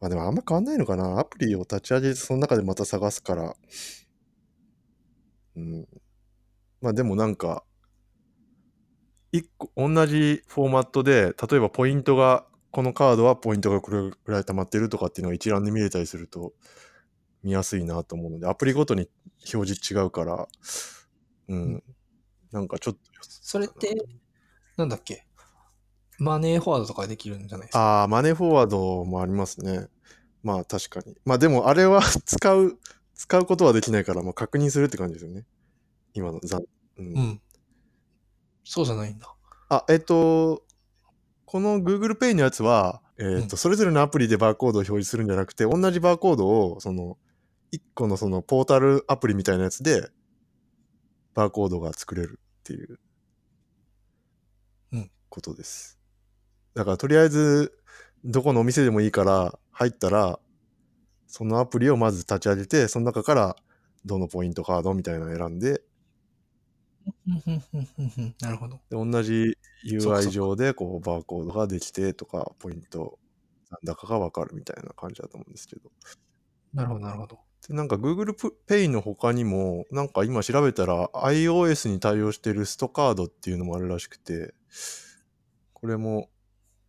まあでもあんま変わんないのかな。アプリを立ち上げて、その中でまた探すから。うん。まあでもなんか、一個同じフォーマットで例えばポイントがこのカードはポイントがこれぐらい溜まってるとかっていうのが一覧で見れたりすると見やすいなと思うのでアプリごとに表示違うからうん、なんかちょっとそれって、なんだっけマネーフォワードとかできるんじゃないですかああマネーフォワードもありますねまあ確かにまあでもあれは 使う使うことはできないから、まあ、確認するって感じですよね今のざ、うんうん。そうじゃないんだ。あ、えっと、この Google Pay のやつは、えっと、うんそれぞれのアプリでバーコードを表示するんじゃなくて、同じバーコードを、その、1個のそのポータルアプリみたいなやつで、バーコードが作れるっていう、うんことです。だから、とりあえず、どこのお店でもいいから、入ったら、そのアプリをまず立ち上げて、その中から、どのポイントカードみたいなのを選んで、うんうんうんうんうんなるほど。で同じそっ UI かそっか上でこうバーコードができてとかポイントなんだかが分かるみたいな感じだと思うんですけどなるほど、なるほど。でなんか Google Pay の他にもなんか今調べたら iOS に対応してるストカードっていうのもあるらしくてこれも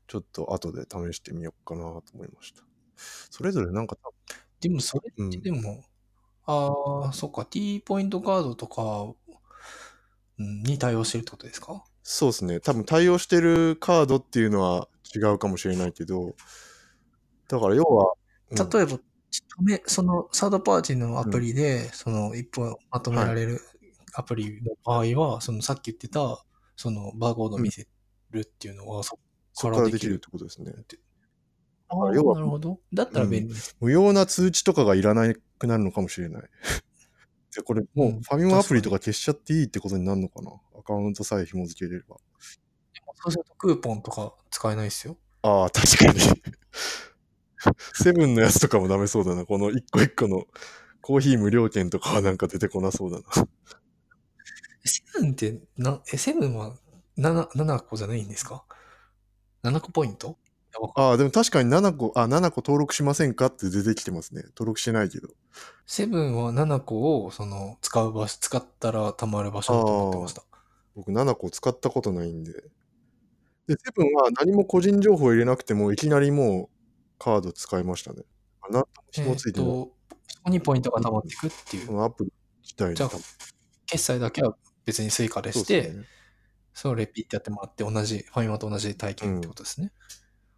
ちょっと後で試してみようかなと思いましたそれぞれなんか多でも、それ分、でも、ああ、そっか、T ポイントカードとかうんに対応してるってことですかそうですね。多分対応してるカードっていうのは違うかもしれないけど、だから要は、うん例えば、ちとめそのサードパーティーのアプリで、その一本まとめられるアプリの場合は、そのさっき言ってた、そのバーコード見せるっていうのは、そそこからできるってことですね。ああー要はなるほど。だったら便利です。無用な通知とかがいらなくなるのかもしれない。 でこれ、もうファミマアプリとか消しちゃっていいってことになるのかなアカウントさえ紐付けれれば。そうするとクーポンとか使えないですよ。ああ、確かに。 セブンのやつとかもダメそうだな。この一個一個のコーヒー無料券とかはなんか出てこなそうだな。セブンってな、え、セブンは 7, 7個じゃないんですか ?7 個ポイントやばかああ、でも確かに7個、あ、7個登録しませんかって出てきてますね。登録してないけど。セブンは7個を、その、使う場所、使ったら貯まる場所だと思ってました。僕7個使ったことないんで。で、セブンは何も個人情報入れなくても、いきなりもうカード使いましたね。あなんともえ紐ー付っいてない。と、そこにポイントが貯まっていくっていうこ。のアプリ自体にじゃあ、決済だけは別にスイカでそうしっすねて、それをレピってやってもらって、同じ、ファミマと同じ体験ってことですね。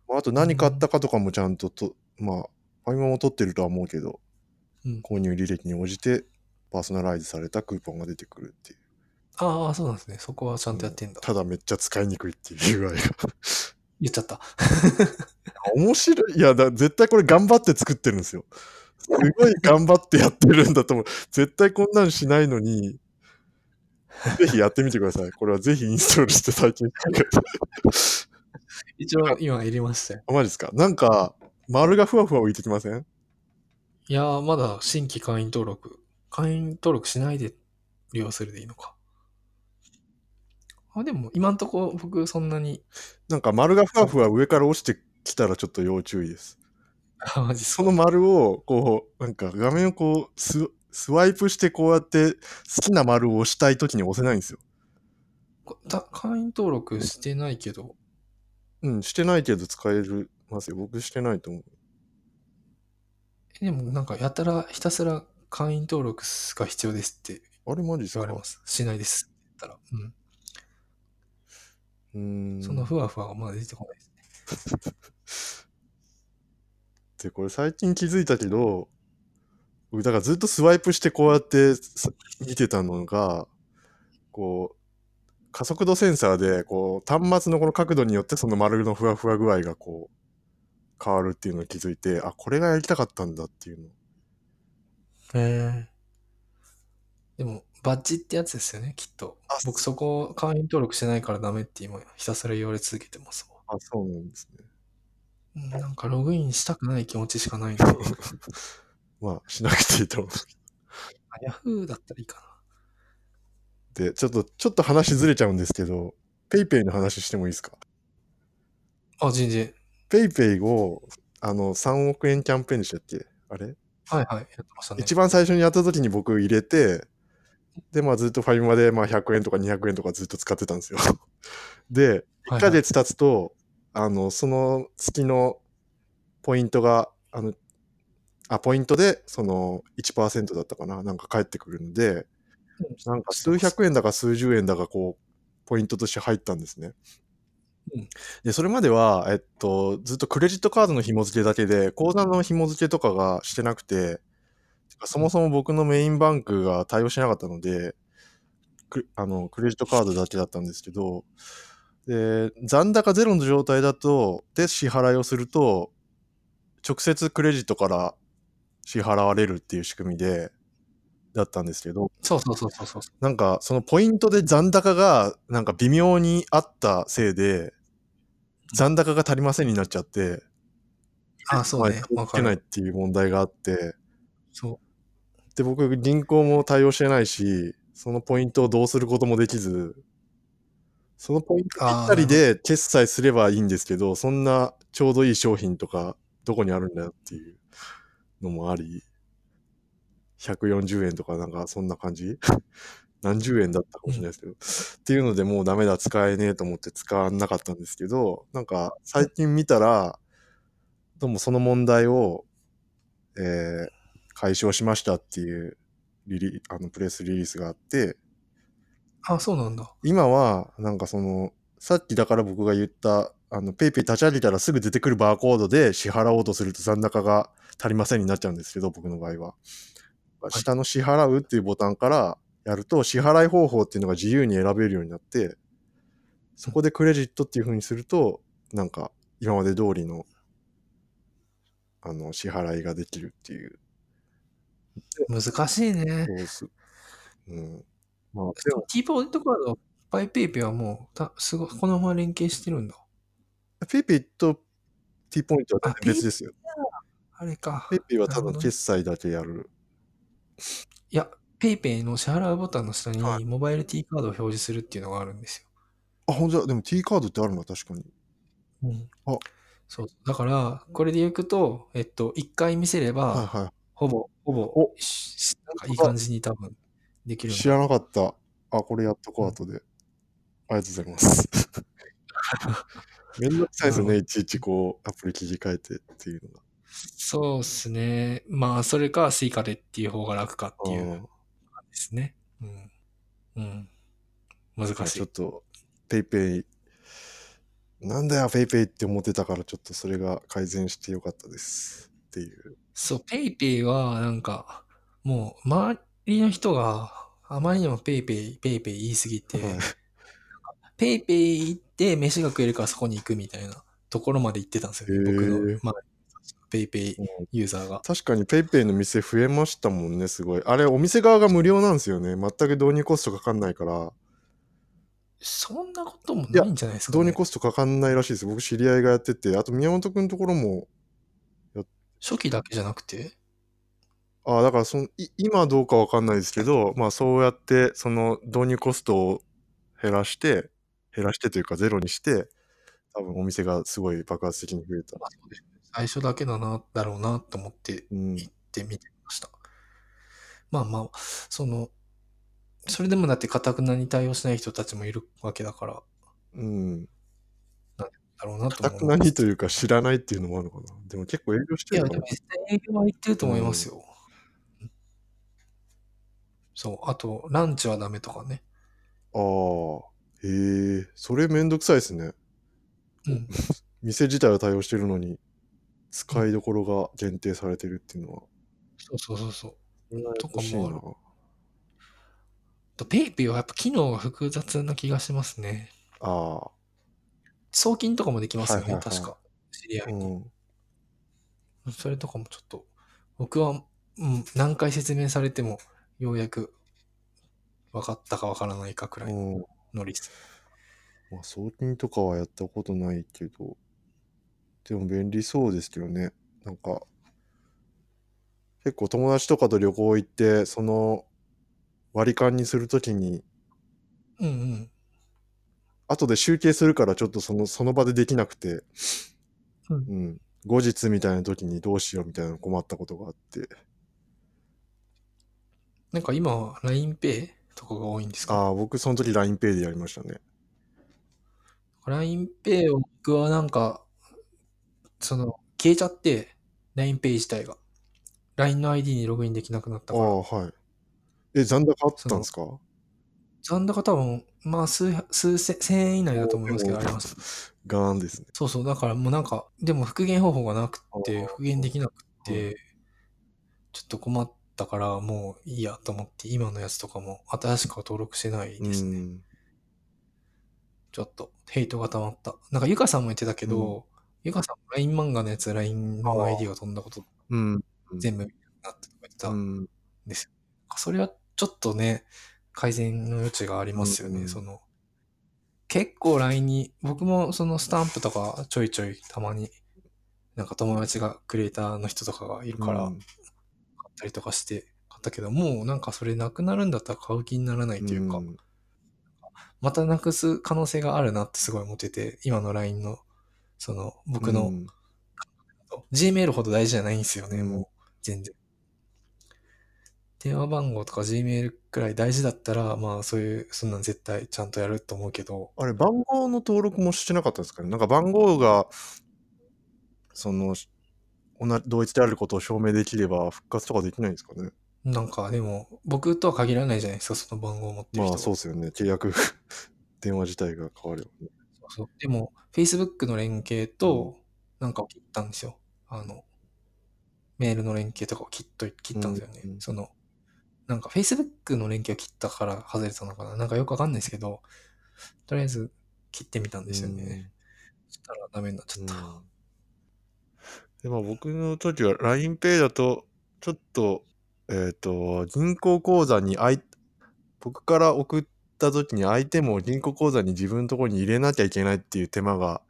まああと何買ったかとかもちゃんとと、まあ、ファミマも取ってるとは思うけど、うん購入履歴に応じてパーソナライズされたクーポンが出てくるっていう。ああ、そうなんですね。そこはちゃんとやってんだ。ただめっちゃ使いにくいっていう UI が。言っちゃった。面白い。いやだ、絶対これ頑張って作ってるんですよ。すごい頑張ってやってるんだと思う。絶対こんなんしないのに、ぜひやってみてください。これはぜひインストールして体験してください一応、今入れましたよ。あマジですかなんか、丸がふわふわ浮いてきませんいやー、まだ新規会員登録。会員登録しないで利用するでいいのか。あ、でも、今んとこ僕そんなに、なんか丸がふわふわ上から落ちてきたらちょっと要注意です。あ、マジっすその丸を、こう、なんか画面をこうス、スワイプしてこうやって好きな丸を押したいときに押せないんですよ。こた会員登録してないけど、うん、してないけど使えるますよ。僕してないと思う。えでもなんかやたらひたすら会員登録が必要ですってあれマジです言かわれます。しないですって言ったら。ううんん。そのふわふわがまだ出てこないです。で、これ最近気づいたけど、僕だからずっとスワイプしてこうやってさ見てたのが、こう、加速度センサーで、こう、端末のこの角度によってその丸のふわふわ具合がこう、変わるっていうのを気づいて、あ、これがやりたかったんだっていうの。えーでも、バッジってやつですよね、きっとあ。僕そこ、会員登録してないからダメって今、ひたすら言われ続けてますわ。あ、そうなんですね。 うんなんかログインしたくない気持ちしかない な。まあ、しなくていいと思う。あヤフーだったらいいかで、ちょっと、ちょっと話ずれちゃうんですけど、ペイペイの話してもいいですかな。あ、全然。ペイペイを、あの、3億円キャンペーンでしたっけあれはいはい、やってましたね。一番最初にやった時に僕入れて、で、まあずっとファミマで、まあ100円とか200円とかずっと使ってたんですよ。 で、1はいはヶい月経つと、あの、その月のポイントが、あの、あ、ポイントで、その1%だったかな、なんか返ってくるので、なんか数百円だか数十円だかこう、ポイントとして入ったんですねうん。で、それまでは、えっと、ずっとクレジットカードの紐付けだけで、口座の紐付けとかがしてなくて、てかそもそも僕のメインバンクが対応してなかったので、クあのクレジットカードだけだったんですけど、で、残高ゼロの状態だと、で、支払いをすると、直接クレジットから支払われるっていう仕組みで、だったんですけど、そうそうそうそうそう。なんか、そのポイントで残高が、なんか微妙にあったせいで、残高が足りませんになっちゃって、あ、そうね。まあわ届かけないる。っていう問題があって、そで、僕、銀行も対応してないし、そのポイントをどうすることもできず、そのポイントぴったりで決済すればいいんですけど、そんなちょうどいい商品とか、どこにあるんだよっていうのもあり、140円とかなんかそんな感じ 何十円だったかもしれないですけど、っていうのでもうダメだ、使えねえと思って使わなかったんですけど、なんか最近見たら、どうもその問題を、えー解消しましたっていうリリあのプレスリリースがあって、う。あ、そうなんだ。今はなんかその、さっきだから僕が言った、あの、ペイペイ立ち上げたらすぐ出てくるバーコードで支払おうとすると残高が足りませんになっちゃうんですけど、僕の場合は。下の支払うっていうボタンからやると、支払い方法っていうのが自由に選べるようになって、そこでクレジットっていう風にすると、なんか今まで通りの、あの、支払いができるっていう。難しいねそ。うっすうん。まあ、でも T ポイントカード、パイペイペイはもう、たすごいこのまま連携してるんだ。ペイペイと T ポイントはあペイ別ですよ。あれかペ。イペイはたなだるほど決済だけやる。いや、ペイペイの支払うボタンの下には、モバイル T カードを表示するっていうのがあるんですあ、本当だ。でも T カードってあるな、確かに。よ。うんあそう。だから、これで行くと、えっと、一回見せはれいば、はほぼ、ほぼお、ししなんかいい感じに多分、できい。る知らなかった。あ、これやっとこう、後で。ありがとうございます。めんどくさいですよなね、いちいちこう、アプリ切り替えてっていうのが。そうですね。まあ、それか、スイカでっていう方が楽かっていううん感じですね。うん。うん。難しちいょっ。と、ペイペイ、なんだよ、ペイペイって思ってたから、ちょっとそれが改善してよかったです。っていう。そう、ペイペイは、なんか、もう、周りの人が、あまりにもペイペイ、ペイペイ言いすぎて、はいペイペイ行って、飯が食えるからそこに行くみたいなところまで行ってたんですよね。へー僕の、まあ、ペイペイうんユーザーが。確かに PayPay の店増えましたもんね、すごい。あれ、お店側が無料なんですよね。全く導入コストかかんないから、そんなこともないんじゃないですか、導ね入。コストかかんないらしいです。僕、知り合いがやってて、あと宮本くんのところも、初期だけじゃなくて、ああ、だからその、い今どうかわかんないですけど、まあそうやって、その導入コストを減らして、減らしてというかゼロにして、多分お店がすごい爆発的に増えた。最初だけだな、だろうなと思ってうん。行ってみてました。まあまあ、その、それでもだって、かたくなに対応しない人たちもいるわけだから、うん。だろうなとかた思くなにというか知らないっていうのもあるのかな。でも結構営業していや、るのでかもな。実際営業は行ってると思いますよ。そう、あと、ランチはダメとかね。ああ。へえ、それめんどくさいですね。うん。店自体は対応してるのに、使いどころが限定されてるっていうのは。そうそうそうそう。とか欲しいもあるな。。と、ペイペイはやっぱ機能が複雑な気がしますね。あ送金とかもできますよね、はいはいはい確か。知りあ、合ういに。ん。それとかもちょっと、僕はうん、何回説明されても、ようやく分かったか分からないかくらいのうん。ノリです。まあ、送金とかはやったことないけど、でも便利そうですけどね。なんか、結構友達とかと旅行行って、その割り勘にするときに、うんうん。後で集計するからちょっとそのその場でできなくて、うんん後日みたいな時にどうしようみたいなの困ったことがあって、なんか今は LINEPay とかが多いんですかああ、僕その時 LINEPay でやりましたね。 ?LINEPay を僕はなんか、その、消えちゃって、LINEPay 自体が。LINE の ID にログインできなくなったあから。あ、はい。え、残高あったんですか残高多分、まあ数、数千、千円以内だと思いますけど、おあーります。ガーンですね。そうそう、だからもうなんか、でも復元方法がなくあて、ー復元できなくはて、ちょっと困ったから、もういいやと思って、今のやつとかも新しくは登録してないですね。うん。ちょっと、ヘイトが溜まった。なんか、ゆかさんも言ってたけど、ゆかさんも LINE 漫画のやつ、LINE の ID が飛んだことうん。全部見たくなったとか言ってた。うんそれはちょっとね、改善の余地がありますよね。うんその、結構 LINE に、僕もそのスタンプとかちょいちょいたまに、なんか友達がクリエイターの人とかがいるから、う買んったりとかして買ったけど、もうなんかそれなくなるんだったら買う気にならないというか、んまたなくす可能性があるなってすごい思ってて、今の LINE の、その、僕の、うん Gmail ほど大事じゃないんですよね、うんもう、全然。電話番号とか Gmail くらい大事だったら、まあそういう、そんなん絶対ちゃんとやると思うけど、あれ、番号の登録もしてなかったんですかねなんか番号が、その、同じ同一であることを証明できれば復活とかできないんですかねなんかでも、僕とは限らないじゃないですか、その番号を持ってる人まは。あそうですよね。契約 電話自体が変わるよね。そうでも、Facebook の連携と、なんかを切ったんですよ。あの、メールの連携とかを切っとい、切ったんですよね。うんうんその、なんか Facebook の連携を切ったから外れたのかななんかよくわかんないですけど、とりあえず切ってみたんですよね。そしたらダメになっうちゃん。った。でまあ僕の時は LINEPay だと、ちょっと、えっ、と、銀行口座にあい、僕から送った時に相手も銀行口座に自分のところに入れなきゃいけないっていう手間が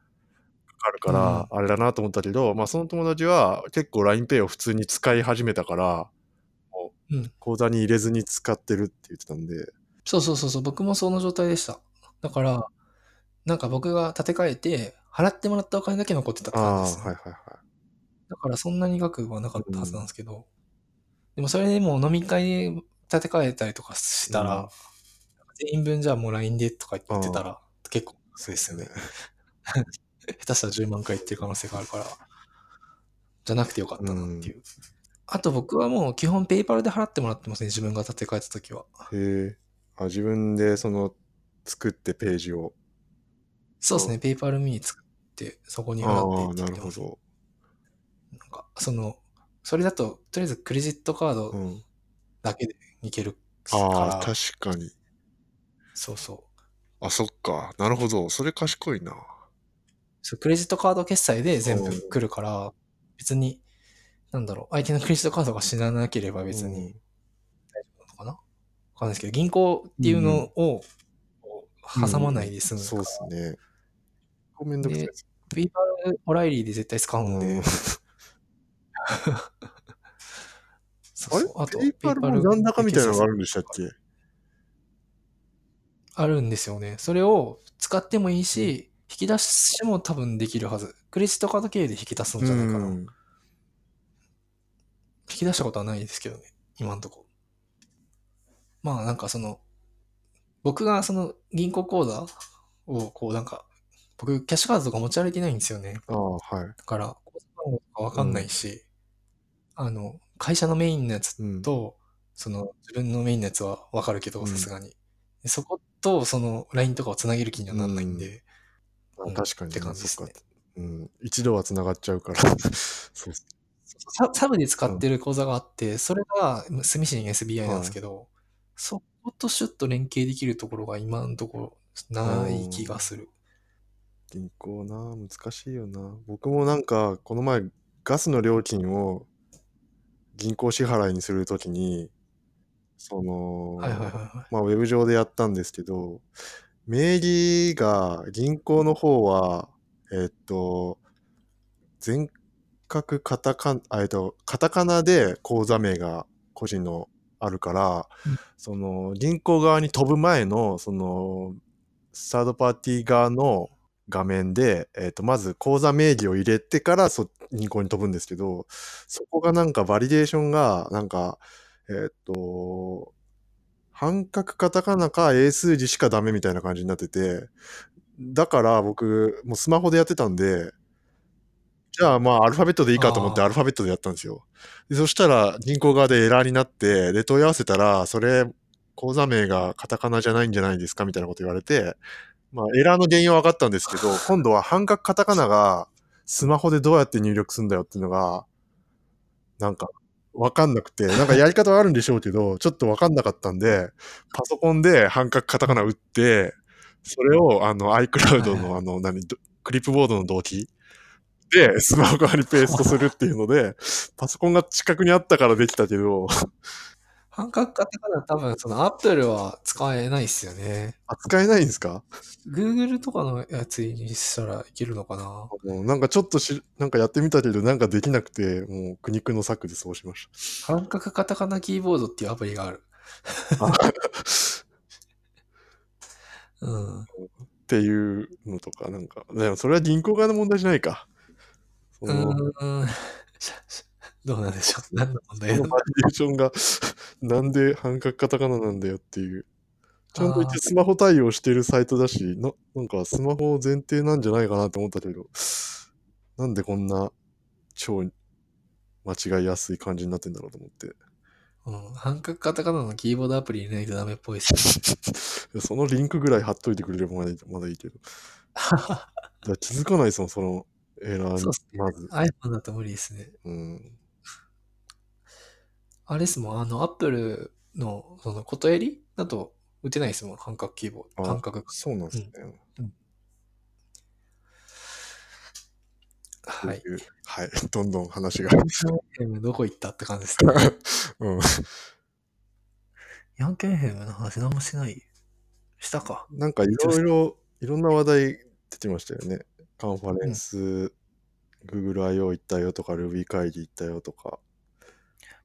かかるから、あれだなと思ったけど、まあその友達は結構 LINEPay を普通に使い始めたから、もううん口座に入れずに使ってるって言ってたんで、そうそうそうそう、僕もその状態でした。だから、なんか僕が立て替えて、払ってもらったお金だけ残ってたってあ感あ、じです、はねいはいはい。だからそんなに額はなかったはずなんですけど、でもそれでもう飲み会で立て替えたりとかしたら、うん全員分じゃあもう LINE でとか言ってたら、結構そうですよね。 下手したら10万回言ってる可能性があるから、じゃなくてよかったなっていう。あと僕はもう基本 PayPal で払ってもらってますね、自分が立て替えた時は。へえ。あ、自分でその作ってページを。そうですね、PayPal ミニ作って、そこにあ払あ、ってないってるきてほます。ど。なんか、その、それだと、とりあえずクレジットカーうドん、だけでいけるから、ああ、確かに。そうそう。あ、そっか。なるほど。それ賢いな。そうクレジットカード決済で全う部ん来るから、別に、なんだろう、相手のクレジットカードが死ななければ別に大丈夫なのかなわかんないですけど、銀行っていうのをこう挟まないで済うむん。そうかでら、すね。こうめんどくさいです。ビーバルオライリーで絶対使うので、うん そあうれそうあと、ペイパルも PayPal 残高みたいなのがあるんでしたっけあるんですよね。それを使ってもいいし、引き出しも多分できるはず。クレジットカード経由で引き出すんじゃないかな。う引んき出したことはないですけどね、今んとこ。まあなんかその、僕がその銀行口座をこうなんか、僕キャッシュカードとか持ち歩いてないんですよね。ああ、はい。だから、口座番号とかわかんないし、あの、会社のメインのやつうん。と、その自分のメインのやつはわかるけうど、んさすがに。でそこと、その LINE とかをつなげる気にはならないんで、あ確かに、って感じですそっねか。うん。一度は繋がっちゃうから。 そうっすササブで使ってる口座があって、それが住市に SBI なんですけど、そことシュッと連携できるところが今のところない気がする。銀行な、難しいよな。僕もなんか、この前、ガスの料金を銀行支払いにするときに、その、はいはいはいはまあ、ウェブ上でやったんですけど、名義が、銀行の方は、えっと、全角カタカナ、あえっと、カタカナで口座名が個人のあるから、うんその、銀行側に飛ぶ前の、その、サードパーティー側の画面で、えっと、まず口座名義を入れてから、そ、銀行に飛ぶんですけど、そこがなんかバリデーションが、なんか、えっと、半角カタカナか英数字しかダメみたいな感じになってて、だから僕、もうスマホでやってたんで、じゃあまあアルファベットでいいかと思ってあーアルファベットでやったんですよ。でそしたら銀行側でエラーになって、で問い合わせたら、それ、口座名がカタカナじゃないんじゃないですかみたいなこと言われて、まあエラーの原因は分かったんですけど、今度は半角カタカナがスマホでどうやって入力するんだよっていうのが、なんかわかんなくて、なんかやり方はあるんでしょうけど、ちょっとわかんなかったんで、パソコンで半角カタカナ打って、それをあの iCloud のあの何、どクリップボードの動機でスマホ側にペーストするっていうので、パソコンが近くにあったからできたけど、い。半角カタカナ多分そのアップルは使えないっすよね。扱えないんですか Google とかのやつにしたらいけるのかなもうなんかちょっとし、なんかやってみたけど、なんかできなくて、もう苦肉の策でそうしまし半角カタカナキーボードっていうアプリがある。た。あっ うん。ていうのとか、なんか、でもそれは銀行側の問題じゃないか。そうのーん。 どうなんでしょう何の問題なこののバリエーションが なんで半角カタカナなんだよっていう。ちゃんと一応スマホ対応してるサイトだし、ななんかスマホ前提なんじゃないかなと思ったけど、なんでこんな超間違いやすい感じになってんだろうと思って。 うん。半角カタカナのキーボードアプリ入れないとダメっぽいっすね。そのリンクぐらい貼っといてくれればまだいいまだいいけ ど。だから気づかないですもん、そのエラーそうっすに。まず。 iPhone だと無理ですね。うん。あれですもん、あの、Apple の、その、ことえりだと打てないですもん、半角キーボード。あ半角。そうなんですね。はっいて。うはい。 どんどん話が。ヘムどこ行ったって感じです ね。うん。ヤンケンヘムの話何もしてない。したか。なんかいろいろ、いろんな話題出てましたよね。カンファレンス、Google I.O. 行ったよとか、Ruby 会議行ったよとか。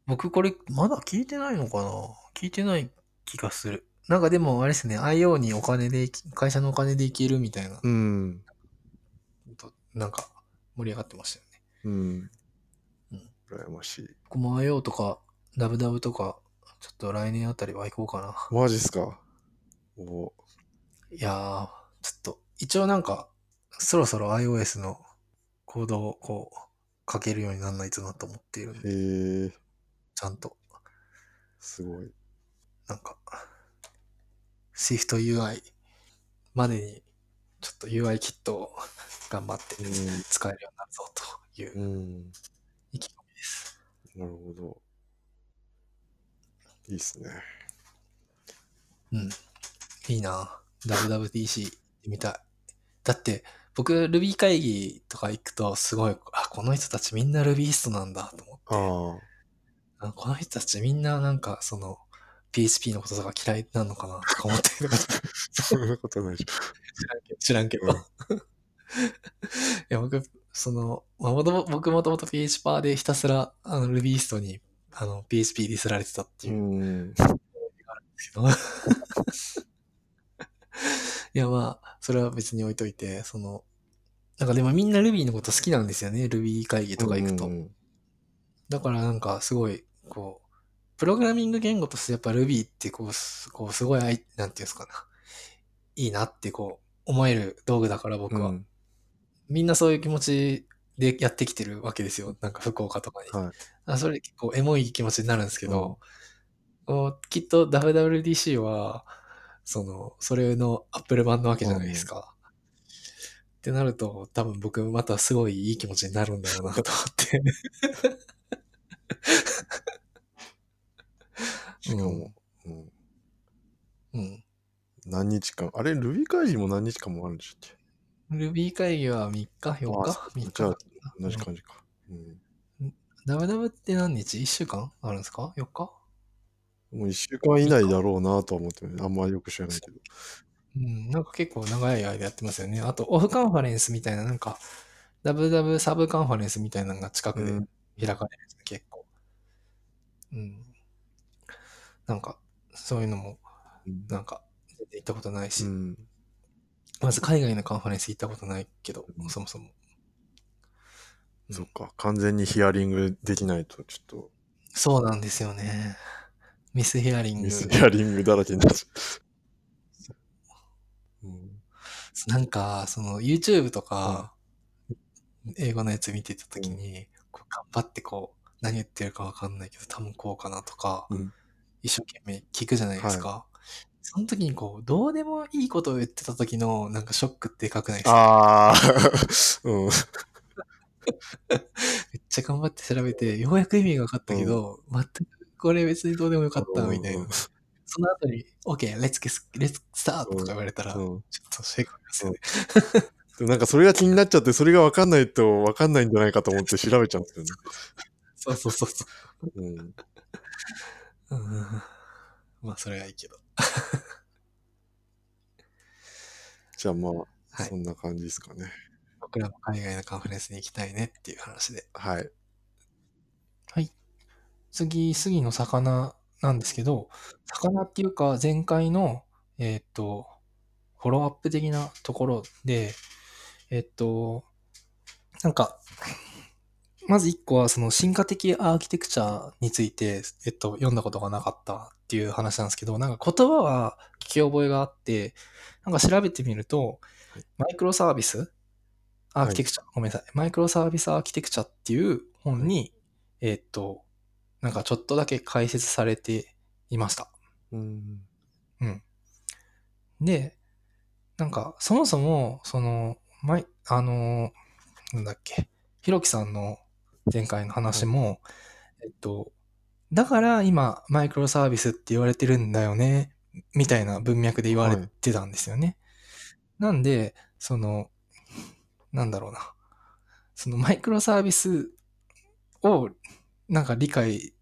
僕これまだ聞いてないのかな聞いてない気がする。なんかでもあれですね、IO にお金で行き、会社のお金で行けるみたいな、うん。となんか盛り上がってましたよね。うん。うん羨ましい。僕も IO とか、ダブダブとか、ちょっと来年あたりは行こうかな。マジっすかおいやー、ちょっと、一応なんか、そろそろ iOS のコードをこう、書けるようにならないとなと思っているんへえで、ちゃんと、すごい。なんか、SwiftUI までに、ちょっと UI キットを 頑張ってうん使えるようになるぞといううん。意気込みです。なるほど。いいっすね。いいな WWDC 行ってみたい。だって、僕、Ruby 会議とか行くと、すごい、あ、この人たちみんな Rubyist なんだと思って。あ あ。あこの人たちみんななんかその PHP のこととか嫌いなのかなとか思ってるそんなことないじ知らんけど。うんいや僕、その、まあ、もとも僕もともと PHP パーでひたすらあの Rubyist にあの PHP ディスられてたってゃいん。ううんん。ですけど。いやまあ、それは別に置いといて、その、なんかでもみんな Ruby のこと好きなんですよね。Ruby 会議とか行くと。うんだからなんかすごい、こう、プログラミング言語としてやっぱ Ruby ってこう、すこうすごいあい、なんていうんですかな。いいなってこう、思える道具だから僕は。うんみんなそういう気持ちでやってきてるわけですよ。なんか福岡とかに。はいあそれ結構エモい気持ちになるんですけど、こうきっと WWDC は、その、それのアップル版なわけじゃないですか。ってなると、多分僕またすごいいい気持ちになるんだろうなと思って。しかも、うん、うん。何日間。あれ、ルビ会議も何日間もあるんでしたっけ Ruby 会議は3日、4あ日 ?3 じゃあ日。同じ感じか。うん。ダブダブって何日 ?1 週間あるんですか ?4 日もう1週間以内だろうなとは思ってるあんまよく知らないけど。うん、なんか結構長い間やってますよね。あと、オフカンファレンスみたいな、なんか、ダブダブサブカンファレンスみたいなのが近くでうん開かれるんですね、結構。うん。なんか、そういうのも、うんなんか、全然行ったことないし、うん。まず海外のカンファレンス行ったことないけど、うんそもそも。そっか。完全にヒアリングできないと、ちょっとそうなんですよね。ミスヒアリングミ。スヒアリングだらけになっちゃう。うんなんか、その YouTube とか、英語のやつ見てた時に、こう頑張ってこう、何言ってるかわかんないけど、多分こうかなとか、うん一生懸命聞くじゃないですか。その時にこう、どうでもいいことを言ってた時の、なんかショックってでかくないですかああ、 うん。めっちゃ頑張って調べて、ようやく意味が分かったけど、全くこれ別にどうでもよかったみたいな。うんその後に、OK, let's, get, let's start とか言われたら、ちうょっんとシェイクですよね。でもなんかそれが気になっちゃって、それが分かんないと分かんないんじゃないかと思って調べちゃうんですよね。そうそうそうそう。うん、うんまあ、それはいいけど。じゃあまあ、はいそんな感じですかね。僕らも海外のカンファレンスに行きたいねっていう話で。はい。次、杉の魚なんですけど、魚っていうか、前回の、えーっと、フォローアップ的なところで、えーっと、なんか、まず1個は、その進化的アーキテクチャについて、えっと、読んだことがなかったっていう話なんですけど、なんか言葉は聞き覚えがあって、なんか調べてみると、マイクロサービスアーキテクチャ、ごめんなさい。マイクロサービスアーキテクチャっていう本に、えーっと、なんかちょっとだけ解説されていました。うん。で、なんかそもそも、その、前、あのー、なんだっけ、ひろきさんの前回の話も、えっと、だから今、マイクロサービスって言われてるんだよね、みたいな文脈で言われてたんですよね。なんで、その、なんだろうな。そのマイクロサービスを、なんか理解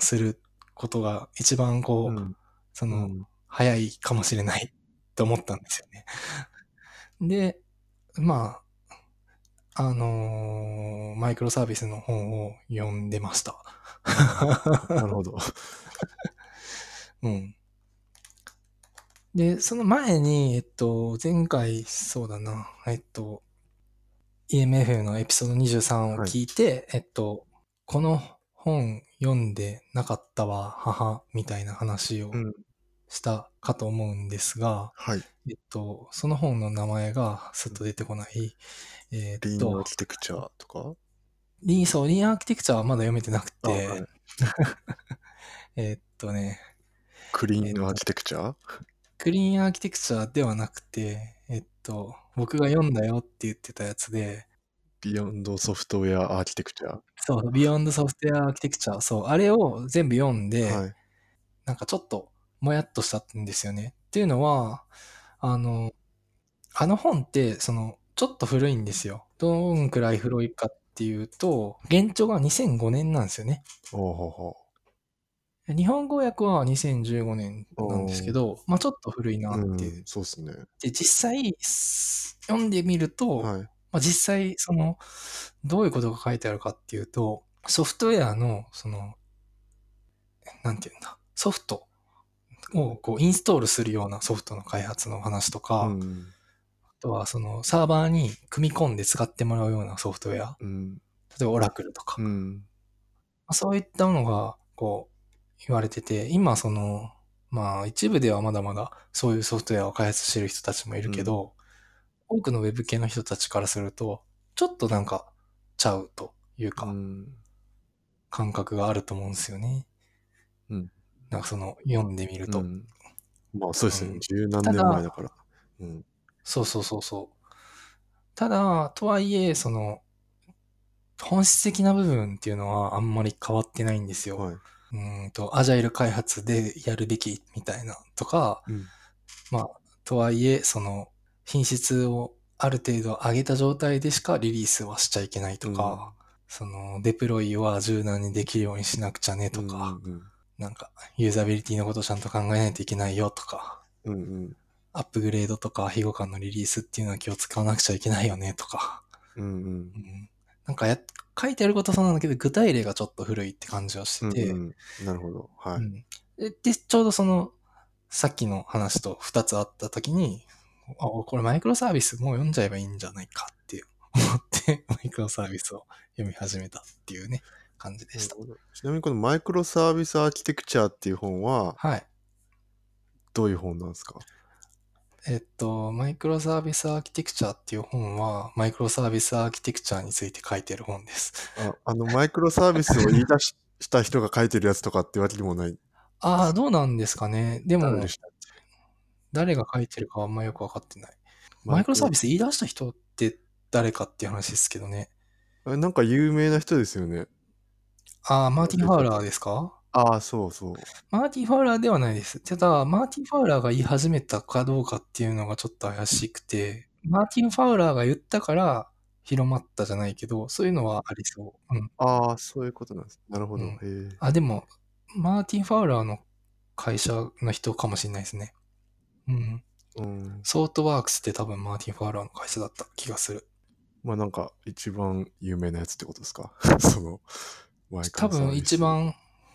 することが一番こう、うんその、早いかもしれない と思ったんですよね。 で、まあ、あのーマイクロサービスの本を読んでました。 なるほど。うん。で、その前に、えっと、前回、そうだな、えっと、EMF のエピソード23を聞いて、えっと、この本読んでなかったわ、母、みたいな話をうんしたかと思うんですが、はい。えっと、その本の名前がすっと出てこない。えリっーンアーと、キテクチャとかリーン、そう、リーンアーキテクチャはまだ読めてなくて、あはいえっとね、クリーンアーキテクチャクリーンアーキテクチャではなくて、えっと、僕が読んだよって言ってたやつで、ビヨンドソフトウェアアーキテクチャそう、ビヨンドソフトウェアアーキテクチャ、そう、あれを全部読んで、はい。なんかちょっともやっとしたんですよね。っていうのは、あの、あの本って、その、ちょっと古いんですよ。どんくらい古いかっていうと、現状が2005年なんですよね。おうほうほ日本語訳は2015年なんですけど、まあちょっと古いなっう。うんていう。、そうっすね。で、実際、す読んでみると、はい。まあ、実際、その、どういうことが書いてあるかっていうと、ソフトウェアの、その、なんていうんだ、ソフトをこうインストールするようなソフトの開発の話とか、うん。あとはそのサーバーに組み込んで使ってもらうようなソフトウェア、うん。例えばオラクルとか、うまん。あそういったのが、こう、言われてて、今その、まあ一部ではまだまだそういうソフトウェアを開発してる人たちもいるけど、多くのウェブ系の人たちからすると、ちょっとなんかちゃうというか、うん感覚があると思うんですよね。うん。なんかその、読んでみると。うんまあそうですうね。ん十何年前だから。うん。そうそうそうそう。ただ、とはいえ、その、本質的な部分っていうのはあんまり変わってないんですよ。はいうーんと、アジャイル開発でやるべきみたいなとか、うんまあ、とはいえ、その、品質をある程度上げた状態でしかリリースはしちゃいけないとか、その、デプロイは柔軟にできるようにしなくちゃねとか、うんうんなんか、ユーザビリティのことをちゃんと考えないといけないよとか、うんうんアップグレードとか、非互換のリリースっていうのは気を使わなくちゃいけないよねとか、うんうんうんなんかや、書いてあることそうなんだけど、具体例がちょっと古いって感じはしてて、うんうんなるほど。はうい。んで、でちょうどその、さっきの話と2つあった時に、あ、これマイクロサービスもう読んじゃえばいいんじゃないかって思って、 マイクロサービスを読み始めたっていうね、感じでした。なるほどちなみにこのマイクロサービスアーキテクチャっていう本ははい。どういう本なんですかえっと、マイクロサービスアーキテクチャっていう本は、マイクロサービスアーキテクチャについて書いてる本です。ああのマイクロサービスを言い出しした人が書いてるやつとかってわけでもない。ああ、どうなんですかね。で誰もで、した誰が書いてるかはあんまよくわかってない。マイクロサービスス言い出した人って誰かっていう話ですけどね。なんか有名な人ですよね。ああ、マーティン・ファウラーですかああ、そうそう。マーティ・ファウラーではないです。ただ、マーティ・ファウラーが言い始めたかどうかっていうのがちょっと怪しくて、マーティン・ファウラーが言ったから広まったじゃないけど、そういうのはありそう。うん。ああ、そういうことなんです。なるほど。うんへえ。あ、でも、マーティン・ファウラーの会社の人かもしれないですね。うん。うん。ソートワークスって多分マーティン・ファウラーの会社だった気がする。まあなんか一番有名なやつってことですか そのマイク多ロサービス。分一。番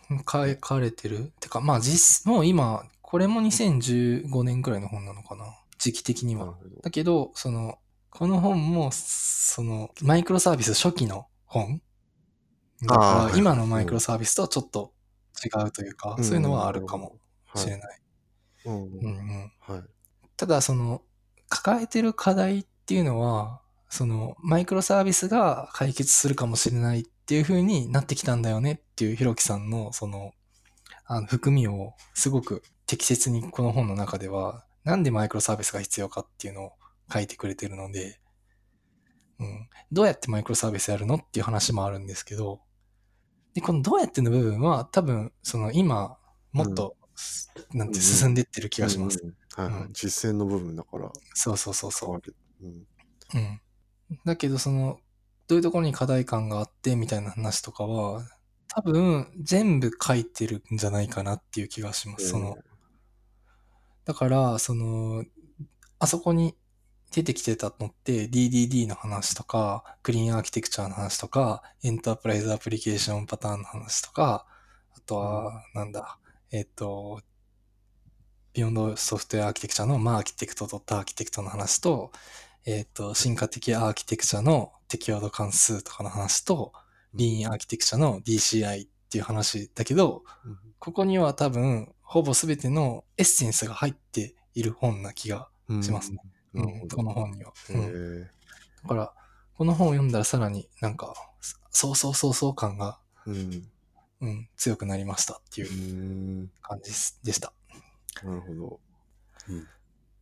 書かれてる。てか、まあ実、もう今、これも2015年くらいの本なのかな。時期的になはる。ほど。だけど、その、この本も、その、マイクロサービス初期の本だあーかはら、い今のマイクロサービスとはちょっと違うというか、うんそういうのはあるかもはしれい。ない。うんううんん。うんはい。ただ、その、抱えてる課題っていうのは、その、マイクロサービスが解決するかもしれないっていう風になってきたんだよねっていうひろきさんの、その、あの、含みをすごく適切にこの本の中では、なんでマイクロサービスが必要かっていうのを書いてくれてるので、うん。どうやってマイクロサービスやるのっていう話もあるんですけど、で、このどうやっての部分は多分、その今、もっと、なんて進んでってる気がします。うんうん。はいはういん。実践の部分だから。そうそうそうそう。うん。うん。だけど、その、どういうところに課題感があってみたいな話とかは、多分全部書いてるんじゃないかなっていう気がします。その、だから、その、あそこに出てきてたのって DDD の話とか、クリーンアーキテクチャの話とか、エンタープライズアプリケーションパターンの話とか、あとは、なんだ、えっ、と、ビヨンドソフトウェアアーキテクチャの、まあ、アーキテクトドットアーキテクトの話と、えっ、と、進化的アーキテクチャの適用度関数とかの話と、リーンアーキテクチャの DCI っていう話だけど、うんここには多分、ほぼ全てのエッセンスが入っている本な気が、うんしますね。うんうんこの。本には。へうんえだから、この本を読んだらさらになんか、そうそうそうそう感が、うん。うん、強くなりましたってういうーん感じですでした。なるほど。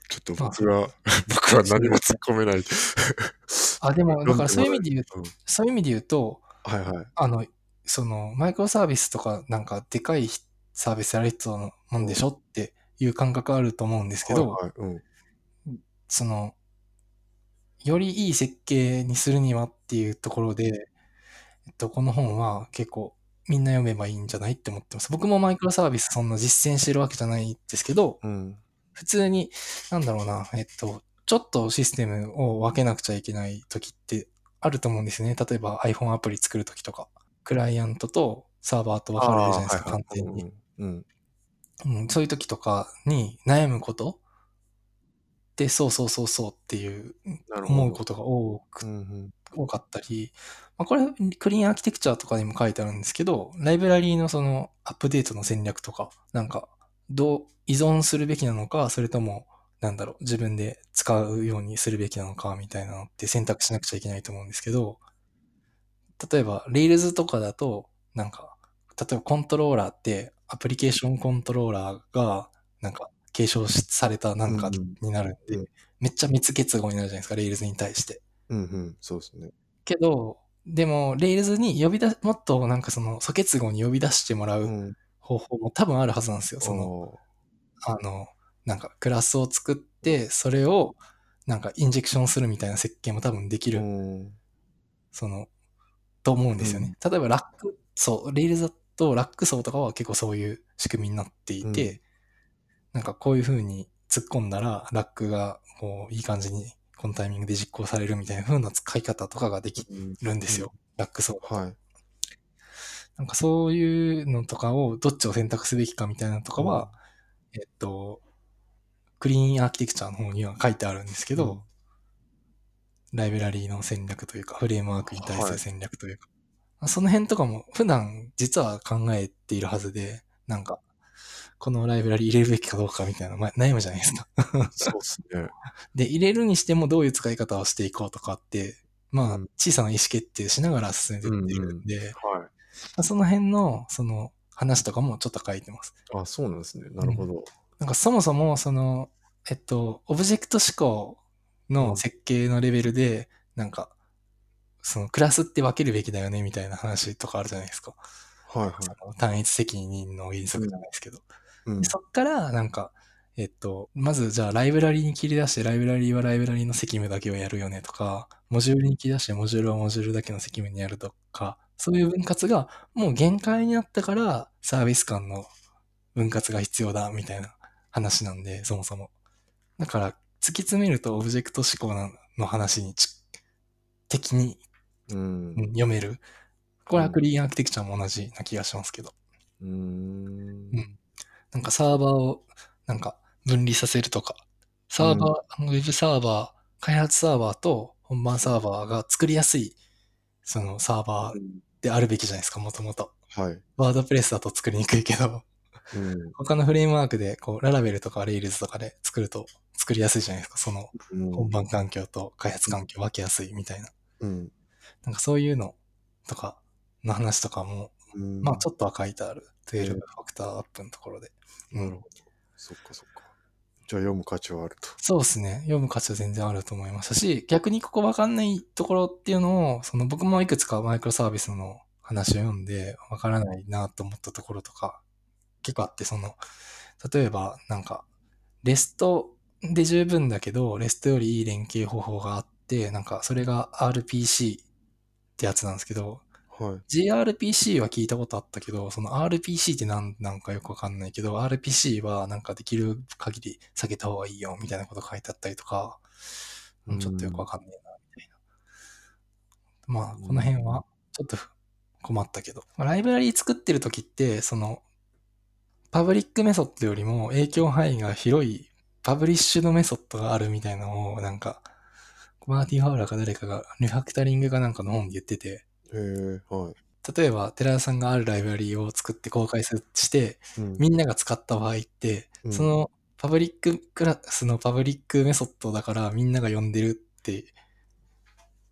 ちょっと僕は、僕は何も突っ込めない。 あ、でも、だからそういう意味で言う、うんそういう意味で言うと、はいはい。あの、その、マイクロサービスとか、なんか、でかいサービスやる人のもんでしょっていう感覚あると思うんですけど、はいはいうんその、よりいい設計にするにはっていうところで、えっと、この本は結構みんな読めばいいんじゃないって思ってます。僕もマイクロサービスそんな実践してるわけじゃないんですけど、うん。普通に、なんだろうな、えっと、ちょっとシステムを分けなくちゃいけない時ってあると思うんですね。例えば iPhone アプリ作る時とか、クライアントとサーバーと分かれるじゃないですあか、ーは完い全はいに。うんうん。うん、そういう時とかに悩むことで、そうそうそうそうっていうなるほど。思うことが多くう、んうん多かったり、まあ、これ、クリーンアーキテクチャとかにも書いてあるんですけど、ライブラリーのそのアップデートの戦略とか、なんか、どう依存するべきなのか、それとも、なんだろう、自分で使うようにするべきなのか、みたいなのって選択しなくちゃいけないと思うんですけど、例えば、Rails とかだと、なんか、例えばコントローラーって、アプリケーションコントローラーが、なんか、継承しされたなんかになるんで、うんうんめっちゃ密結合になるじゃないですか、Rails に対して。うんうん。そうですね。けど、でも、レイルズに呼び出し、もっとなんかその、素結合に呼び出してもらううん方法も多分あるはずなんですよ。その、あの、なんかクラスを作って、それをなんかインジェクションするみたいな設計も多分できうる。んその、と思うんですよね。う例えばラック、そう、レールズだとラック層とかは結構そういう仕組みになっていて、なんかこういう風に突っ込んだらラックがこういい感じにこのタイミングで実行されるみたいな風な使い方とかができるんですよ。ラック層。はい。なんかそういうのとかをどっちを選択すべきかみたいなのとかは、えっと、クリーンアーキテクチャの方には書いてあるんですけど、うんライブラリーの戦略というか、フレームワークに対すはるい戦略というか、その辺とかも普段実は考えているはずで、なんか、このライブラリ入れるべきかどうかみたいなま悩むじゃないですか。そうです ね。で、入れるにしてもどういう使い方をしていこうとかって、まあうん、小さな意思決定しながら進めてっているんで、はまあその辺の、その、話とかもちょっと書いてます。い。あ、そうなんですね。なるほど。なんかそもそも、その、えっと、オブジェクト思考の設計のレベルで、なんか、そのクラスって分けるべきだよねみたいな話とかあるじゃないですか。はいはい。その単一責任の原則じゃないですけど。うんでそっから、なんか、えっと、まずじゃあライブラリに切り出して、ライブラリはライブラリの責務だけをやるよねとか、モジュールに切り出して、モジュールはモジュールだけの責務にやるとか、そういう分割がもう限界になったから、サービス間の分割が必要だみたいな話なんで、そもそも。だから、突き詰めるとオブジェクト思考なの話にち的にうんうん。読める。これはクリーンアーキテクチャも同じな気がしますけど。うーんう。ん。なんかサーバーを、なんか分離させるとか、サーバー、ウェブサーバー、開発サーバーと本番サーバーが作りやすい、そのサーバーであるべきじゃないですか、もともと。はい。ワードプレスだと作りにくいけど、うん他のフレームワークで、こう、ララベルとかレイルズとかで作ると作りやすいじゃないですか、そのうん本番環境と開発環境分けやすいみたいな。うん。なんかそういうのとかの話とかも、うんまあちょっとは書いてある。12ファクターアップのところで。なるほど。そっかそっか。じゃあ読む価値はあると。そうですね。読む価値は全然あると思いましたし、逆にここわかんないところっていうのを、その僕もいくつかマイクロサービスの話を読んで、わからないなと思ったところとか、結構あって、その、例えばなんか、レストで十分だけど、レストよりいい連携方法があって、なんかそれが RPC ってやつなんですけど、はい。 GRPC は聞いたことあったけど、その RPC ってなんなんかよくわかんないけど、RPC はなんかできる限り下げた方がいいよみたいなこと書いてあったりとか、うんちょっとよくわかんねえな、みたいな。まあ、この辺はちょっと困ったけど。ライブラリー作ってる時って、その、パブリックメソッドよりも影響範囲が広いパブリッシュのメソッドがあるみたいなのを、なんか、マーティ・ファウラーか誰かが、リファクタリングかなんかの本で言ってて、へえ、はい。例えば、寺田さんがあるライブラリーを作って公開すして、うんみんなが使った場合って、うんそのパブリッククラスのパブリックメソッドだからみんなが呼んでるって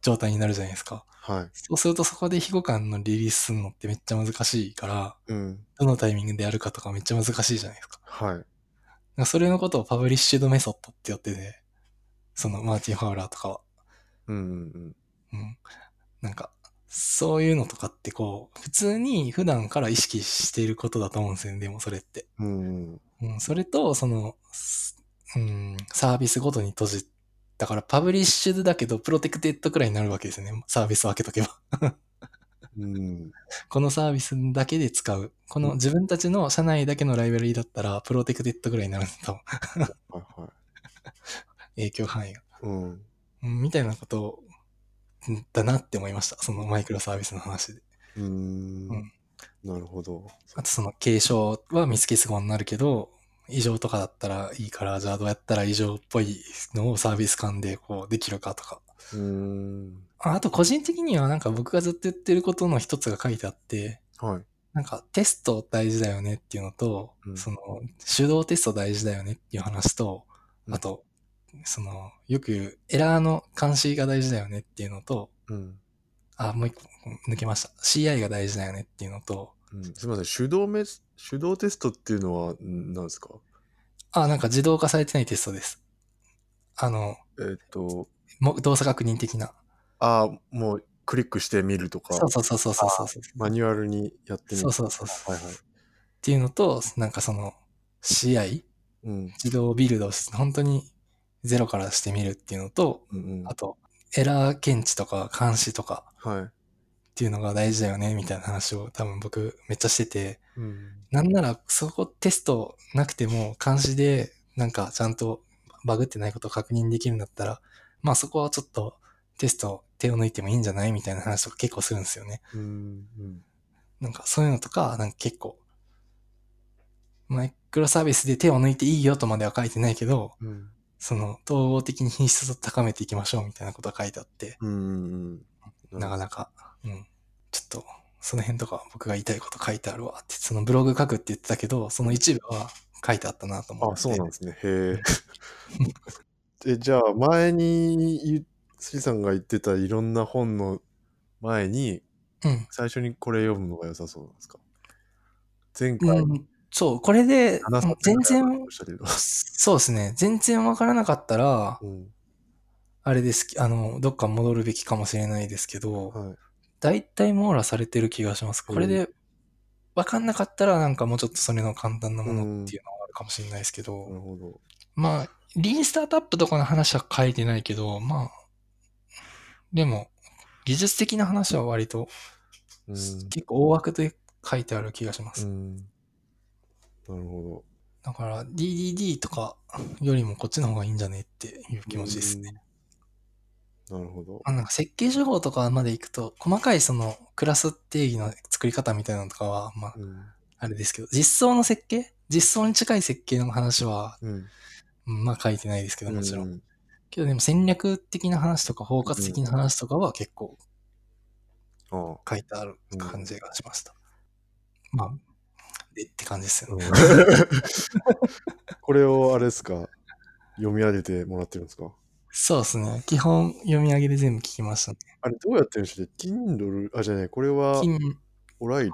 状態になるじゃないですか。はい。そうするとそこで非互換のリリースするのってめっちゃ難しいから、うん。どのタイミングでやるかとかめっちゃ難しいじゃないですか。はい。だからそれのことをパブリッシュドメソッドってやってて、そのマーティン・ファウラーとかは。うんうんうん。なんか、そういうのとかってこう、普通に普段から意識していることだと思うんですよね、でもそれって。うん。うんうん。うん、それと、その、すうん、サービスごとに閉じ、だからパブリッシュだけど、プロテクテッドくらいになるわけですよね、サービスを開けとけば。 うん。このサービスだけで使う。この自分たちの社内だけのライブラリーだったら、プロテクテッドくらいになるんです多分はいは影響範囲が。い。うん。うん、みたいなことうんだなって思いました。そのマイクロサービスの話で。うーんうんなるほど。あとその軽症は見つけすごになるけど、異常とかだったらいいから、じゃあどうやったら異常っぽいのをサービス間でこうできるかとか。うーん。ああと個人的にはなんか僕がずっと言ってることの一つが書いてあって、はい。なんかテスト大事だよねっていうのと、うんその手動テスト大事だよねっていう話と、あと、そのよくエラーの監視が大事だよねっていうのと、うん。あ、もう一個抜けました。CI が大事だよねっていうのと、うん、すみません。手動め手動テストっていうのはん何ですかあ、なんか自動化されてないテストです。あの、えっ、と、も動作確認的な。ああ、もうクリックしてみるとか、そうそうそうそうそうそう。マニュアルにやってみるそうそうそうそう。はいはいっ。ていうのと、なんかその、CI、うん。自動ビルドし、本当にゼロからしてみるっていうのと、うんうん。あと、エラー検知とか監視とかはい。っていうのが大事だよね、みたいな話を多分僕めっちゃしてて、うん。なんならそこテストなくても監視でなんかちゃんとバグってないことを確認できるんだったら、まあそこはちょっとテスト手を抜いてもいいんじゃないみたいな話とか結構するんですよね。うん。うん。なんかそういうのとか、なんか結構、マイクロサービスで手を抜いていいよとまでは書いてないけど、うん。その統合的に品質を高めていきましょうみたいなことが書いてあって、うん。うんなかなか、うん。ちょっと、その辺とか僕が言いたいこと書いてあるわって、そのブログ書くって言ってたけど、その一部は書いてあったなと思って。あ、そうなんですね。へえ。 え、じゃあ、前にゆ、杉さんが言ってたいろんな本の前に、うん。最初にこれ読むのが良さそうなんですか前回、うん、そう、これで、 7冊全ぐらいあり然ま、したけど。そうですね、全然わからなかったら、うん。あれですき、あの、どっか戻るべきかもしれないですけど、はい。大体網羅されてる気がします。これで、わかんなかったら、なんかもうちょっとそれの簡単なものっていうのはあるかもしれないですけど、なるほど。まあ、リーンスタートアップとかの話は書いてないけど、まあ、でも、技術的な話は割と、うん。結構大枠で書いてある気がします。うん。なるほだから、DDD とかよりもこっちの方がいいんじゃねっていうど。気持ちですね。うん。なるほど。あなんか設計手法とかまで行くと、細かいそのクラス定義の作り方みたいなのとかは、まあ、うん。あれですけど、実装の設計実装に近い設計の話は、うん。うんまあ書いてないですけど、もちろん。うん。けどでも戦略的な話とか、包括的な話とかは結構ああ。書いてある感じがしました。まあ、でって感じですよね。 これをあれですか読み上げてもらってるんですかそうですね。基本読み上げで全部聞きましたね。あれどうやってるんでしたっけ Kindle? あ、じゃない、これは金オライリー。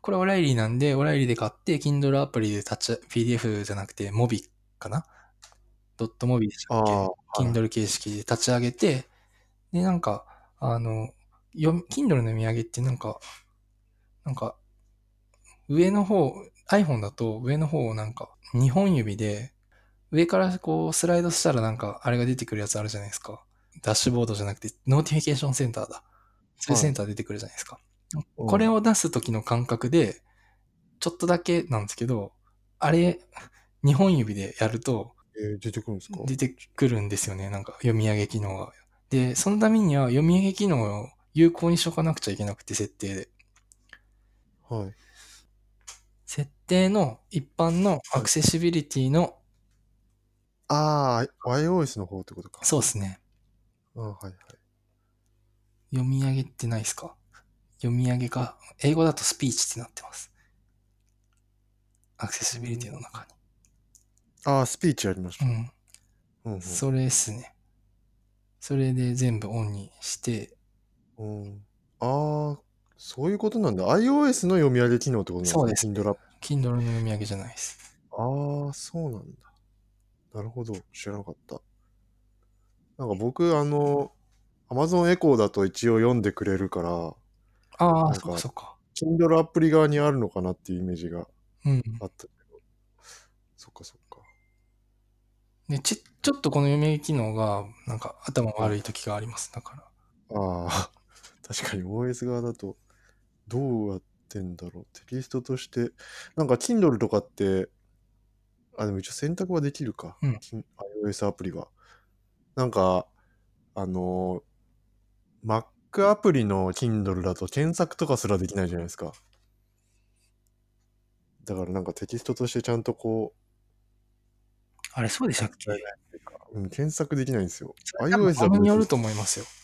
これオライリーなんで、オライリーで買って、Kindle アプリで立ち、PDF じゃなくて、モビかなドットモビでしたっあけあ ?Kindle 形式で立ち上げて、で、なんか、あの、読み Kindle の読み上げってなんか、なんか、上の方、iPhone だと上の方をなんか、2本指で、上からこうスライドしたらなんか、あれが出てくるやつあるじゃないですか。ダッシュボードじゃなくて、ノーティフィケーションセンターだ。そういうセンター出てくるじゃないですか。うんこれを出す時の感覚で、ちょっとだけなんですけど、あれ、2本指でやるとえー出てくるんですか出てくるんですよね。なんか読み上げ機能が。で、そのためには読み上げ機能を有効にしとかなくちゃいけなくて、設定で。はい。設定の一般のアクセシビリティの、ああ、iOS の方ってことか。そうですね。あはいはい。読み上げってないですか読み上げか。英語だとスピーチってなってます。アクセシビリティの中ああ、スピーチやりました。に。うん。うんうんそれですね。それで全部オンにして、うんああ、そういうことなんだ。iOS の読み上げ機能ってことなんですかそうです Kindle アップ Kindle の読み上げじゃないです。ああ、そうなんだ。なるほど。知らなかった。なんか僕、あの、Amazon Echo だと一応読んでくれるから、あなんかあ、そっかそっか。 Kindle アプリ側にあるのかなっていうイメージがうん。あったけど。そっかそっか。でち、ちょっとこの読み上げ機能が、なんか頭悪い時があります。だから。ああ、 確かに OS 側だと、どうやってんだろう。テキストとして、なんか Kindle とかって、あ、でも一応選択はできるか。うん Kin- iOS アプリは。なんか、あのー、Mac アプリの Kindle だと検索とかすらできないじゃないですか。だからなんかテキストとしてちゃんとこあれ、そうでしたっけう、うん、検索できないんですよ。 iOS だとできによると思いますよ。うん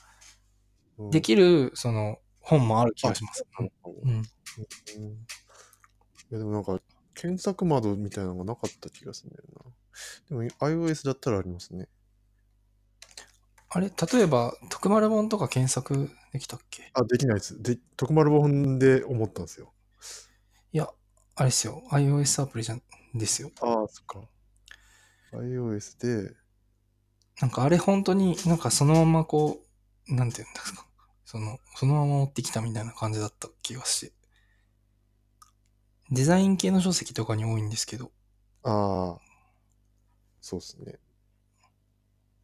できる、その、本もある気がします。あそうなのかなうん。うんいやでもなんか、検索窓みたいなのがなかった気がするんだよな。でも iOS だったらありますね。あれ、例えば、徳丸本とか検索できたっけあ、できないです。で、徳丸本で思ったんですよ。いや、あれですよ。iOS アプリじゃん、ですよ。ああ、そっか。iOS で、なんかあれ本当になんかそのままこう、なんていうんですか。その、そのまま持ってきたみたいな感じだった気がして。デザイン系の書籍とかに多いんですけど、ああ、そうっすね。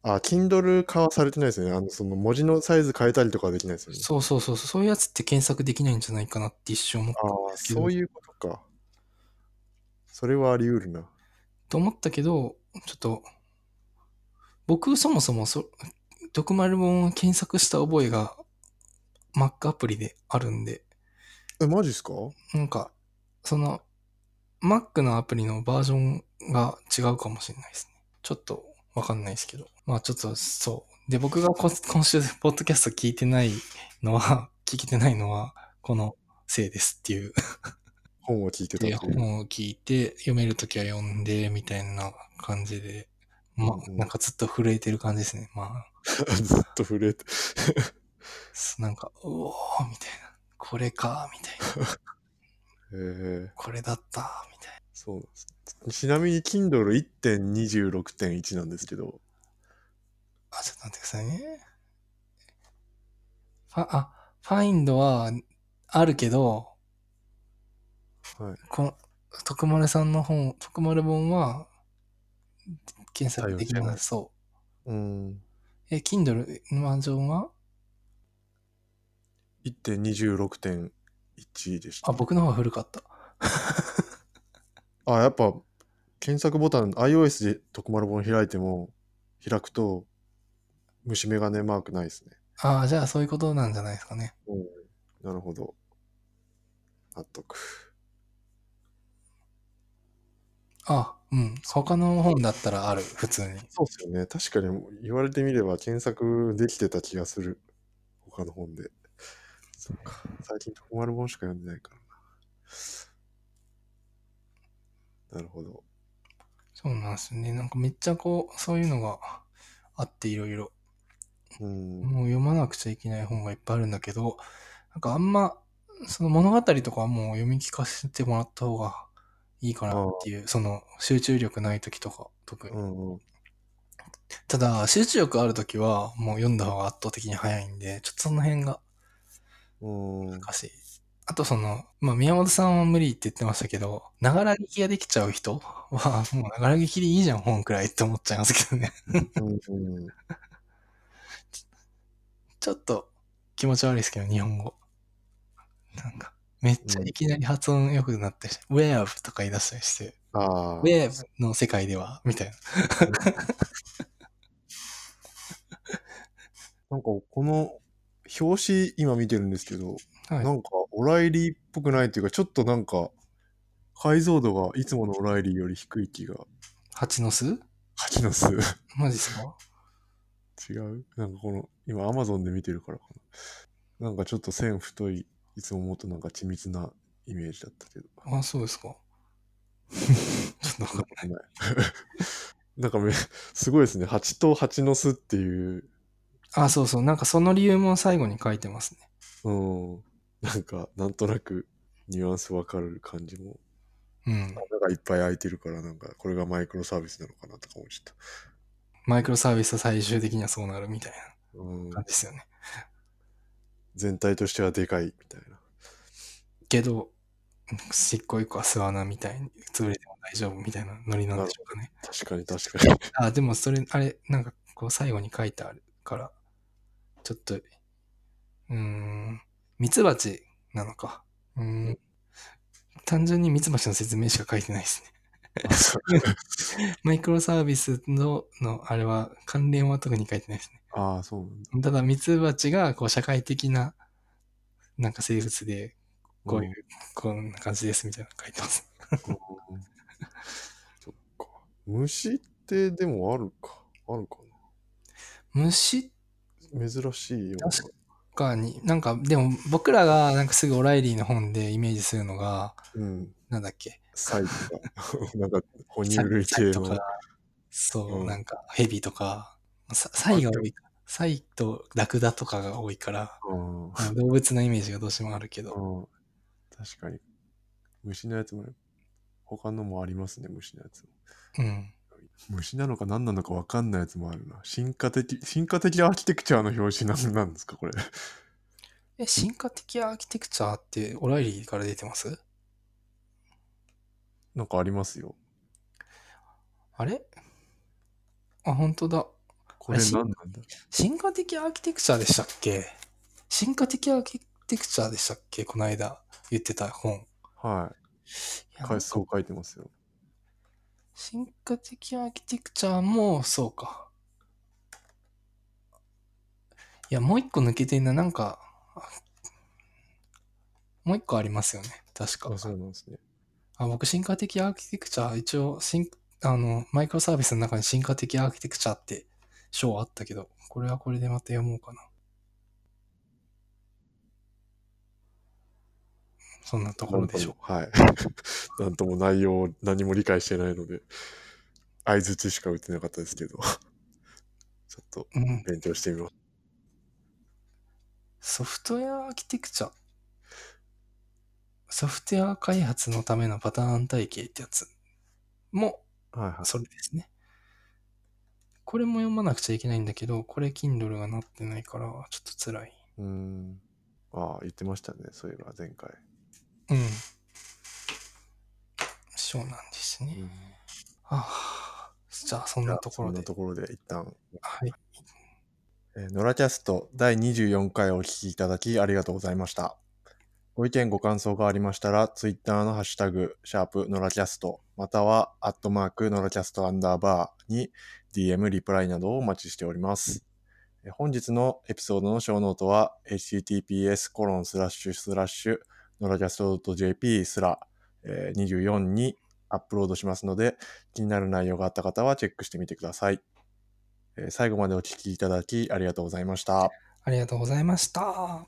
あ、Kindle 化はされてないですね。あの、その文字のサイズ変えたりとかはできないですよね。そうそうそうそう、そういうやつって検索できないんじゃないかなって一瞬思っああ、そういうことか。それはあり得るな。と思ったけど、ちょっと、僕そもそもそ、ドクマル本を検索した覚えが Mac アプリであるんで、え、マジっすかなんか、その、Mac のアプリのバージョンが違うかもしれないですね。ちょっとわかんないですけど。まあちょっとそう。で、僕がこ今週、ポッドキャスト聞いてないのは、聞けてないのは、このせいですっていう。本を聞いてたっで、ていう。本を聞いて、読めるときは読んで、みたいな感じで、まうあ、んなんかずっと震えてる感じですね。まあ、 ずっと震えて。すなんか、うおー、みたいな。これか、みたいな。えー、これだった、みたいそうなんですね。ちなみに Kindle 1.26.1なんですけど、な。あ、ちょっと待ってくださいね。ファ、あ、ファインドはあるけど、はいこの、徳丸さんの本、徳丸本は、検索でき対応してなないい。そう。うん、え、Kindle のバージョンは1.26.1でした。あ、僕の方が古かった。あ、やっぱ、検索ボタン、iOS で徳丸本開いても、開くと、虫眼鏡マークないですね。ああ、じゃあそういうことなんじゃないですかね。なるほど。納得。あうん。他の本だったらある、普通に。そうですよね。確かに言われてみれば検索できてた気がする。他の本で。そうか。最近徳丸本しか読んでないからな。なるほど。そうなんですよね。なんかめっちゃこう、そういうのがあっていろいろ。うん。もう読まなくちゃいけない本がいっぱいあるんだけど、なんかあんま、その物語とかはもう読み聞かせてもらった方がいいかなっていう、その集中力ない時とか、特うに。んうん。ただ、集中力ある時はもう読んだ方が圧倒的に早いんで、ちょっとその辺がうん。難しい。あとその、まあ、宮本さんは無理って言ってましたけど、ながら聞きができちゃう人は、もうながら聞きでいいじゃん、本くらいって思っちゃいますけどね。 うんうんちょっと気持ち悪いですけど、日本語。なんか、めっちゃいきなり発音良くなって、ウェーブとか言い出したりして、ああウ。ェーブの世界では、みたいな。なんかこの表紙今見てるんですけど、はいなんかオライリーっぽくないっていうか、ちょっとなんか解像度がいつものオライリーより低い気が。蜂の巣蜂の巣マジっすか違うなんかこの、今アマゾンで見てるからかな。なんかちょっと線太い、いつももっとなんか緻密なイメージだったけど。あ、そうですか。ちょっとわかんそんなないことない なんかめ、すごいですね。蜂と蜂の巣っていう、あ、そうそう。なんかその理由も最後に書いてますね。うん、なんかなんとなくニュアンスわかる感じもうん。穴がいっぱい開いてるから、なんか、これがマイクロサービスなのかなとか思っちゃった。マイクロサービスは最終的にはそうなるみたいうんな、感じですよね。全体としてはでかいみたいな。けど、しっこ一個は巣穴みたいに潰れても大丈夫みたいなノリなんでしょうかね。確かに確かに。あ、でもそれ、あれ、なんかこう最後に書いてあるから、ちょっと、うーん、ミツバチなのか。うーん、単純にミツバチの説明しか書いてないですね。 マイクロサービスの、のあれは、関連は特に書いてないですね。 ああ、そうなんだ。ただ、ミツバチが、こう、社会的な、なんか生物で、こういう、こんな感じですみたいなの書いてます。うん。そっか。虫ってでもあるか。あるか虫な。珍しいような。確かに、なんか、でも僕らがなんかすぐオライリーの本でイメージするのが、うん。なんだっけ、サイとか。 なんか、哺乳サ類サイ系とのか。、そう、うんなんかヘビとか、ササイが多いか、サイとラクダとかが多いから、うん。うん 動物のイメージがどうしてもあるけど、確かに。虫のやつも、他のもありますね、虫のやつも。うん。虫なのか何なのか分かんないやつもあるな。進化的、進化的アーキテクチャーの表紙なんなんですか、これ。え、進化的アーキテクチャーってオライリーから出てますなんかありますよ。あれあ、本当だ。これ何なんだ進化的アーキテクチャでしたっけ進化的アーキテクチャでしたっけこの間言ってた本。いはやい。かそう書いてますよ。進化的アーキテクチャもそうか。いや、もう一個抜けてんな。なんか、あもう一個ありますよね。確かあ、。そうなんですね。あ僕、進化的アーキテクチャ、一応進、あの、マイクロサービスの中に進化的アーキテクチャって章あったけど、これはこれでまた読もうかな。そんなところでしょう。なんともはい。 なんとも内容を何も理解してないので、相づちしか打ってなかったですけど、ち ょっとうん。勉強してみます。ソフトウェアアーキテクチャ。ソフトウェア開発のためのパターン体系ってやつも、はいはい。それですね。これも読まなくちゃいけないんだけど、これ Kindle がなってないから、ちょっと辛い。うーん。ああ、言ってましたね。そういえば前回。うん。そうなんですね。はあ、じゃあ、そんなところそんなで。ところで一旦はい。えーノラキャスト第24回をお聞きいただきありがとうございました。ご意見ご感想がありましたら、ツイッターのハッシュタグ、シャープノラキャスト、または、アットマークノラキャストアンダーバーに DM、リプライなどをお待ちしております。えー本日のエピソードの小ノートは、https コロンスラッシュスラッシュノラキャスト .jp スラえー24にアップロードしますので、気になる内容があった方はチェックしてみてください。えー最後までお聞きいただきありがとうございました。ありがとうございました。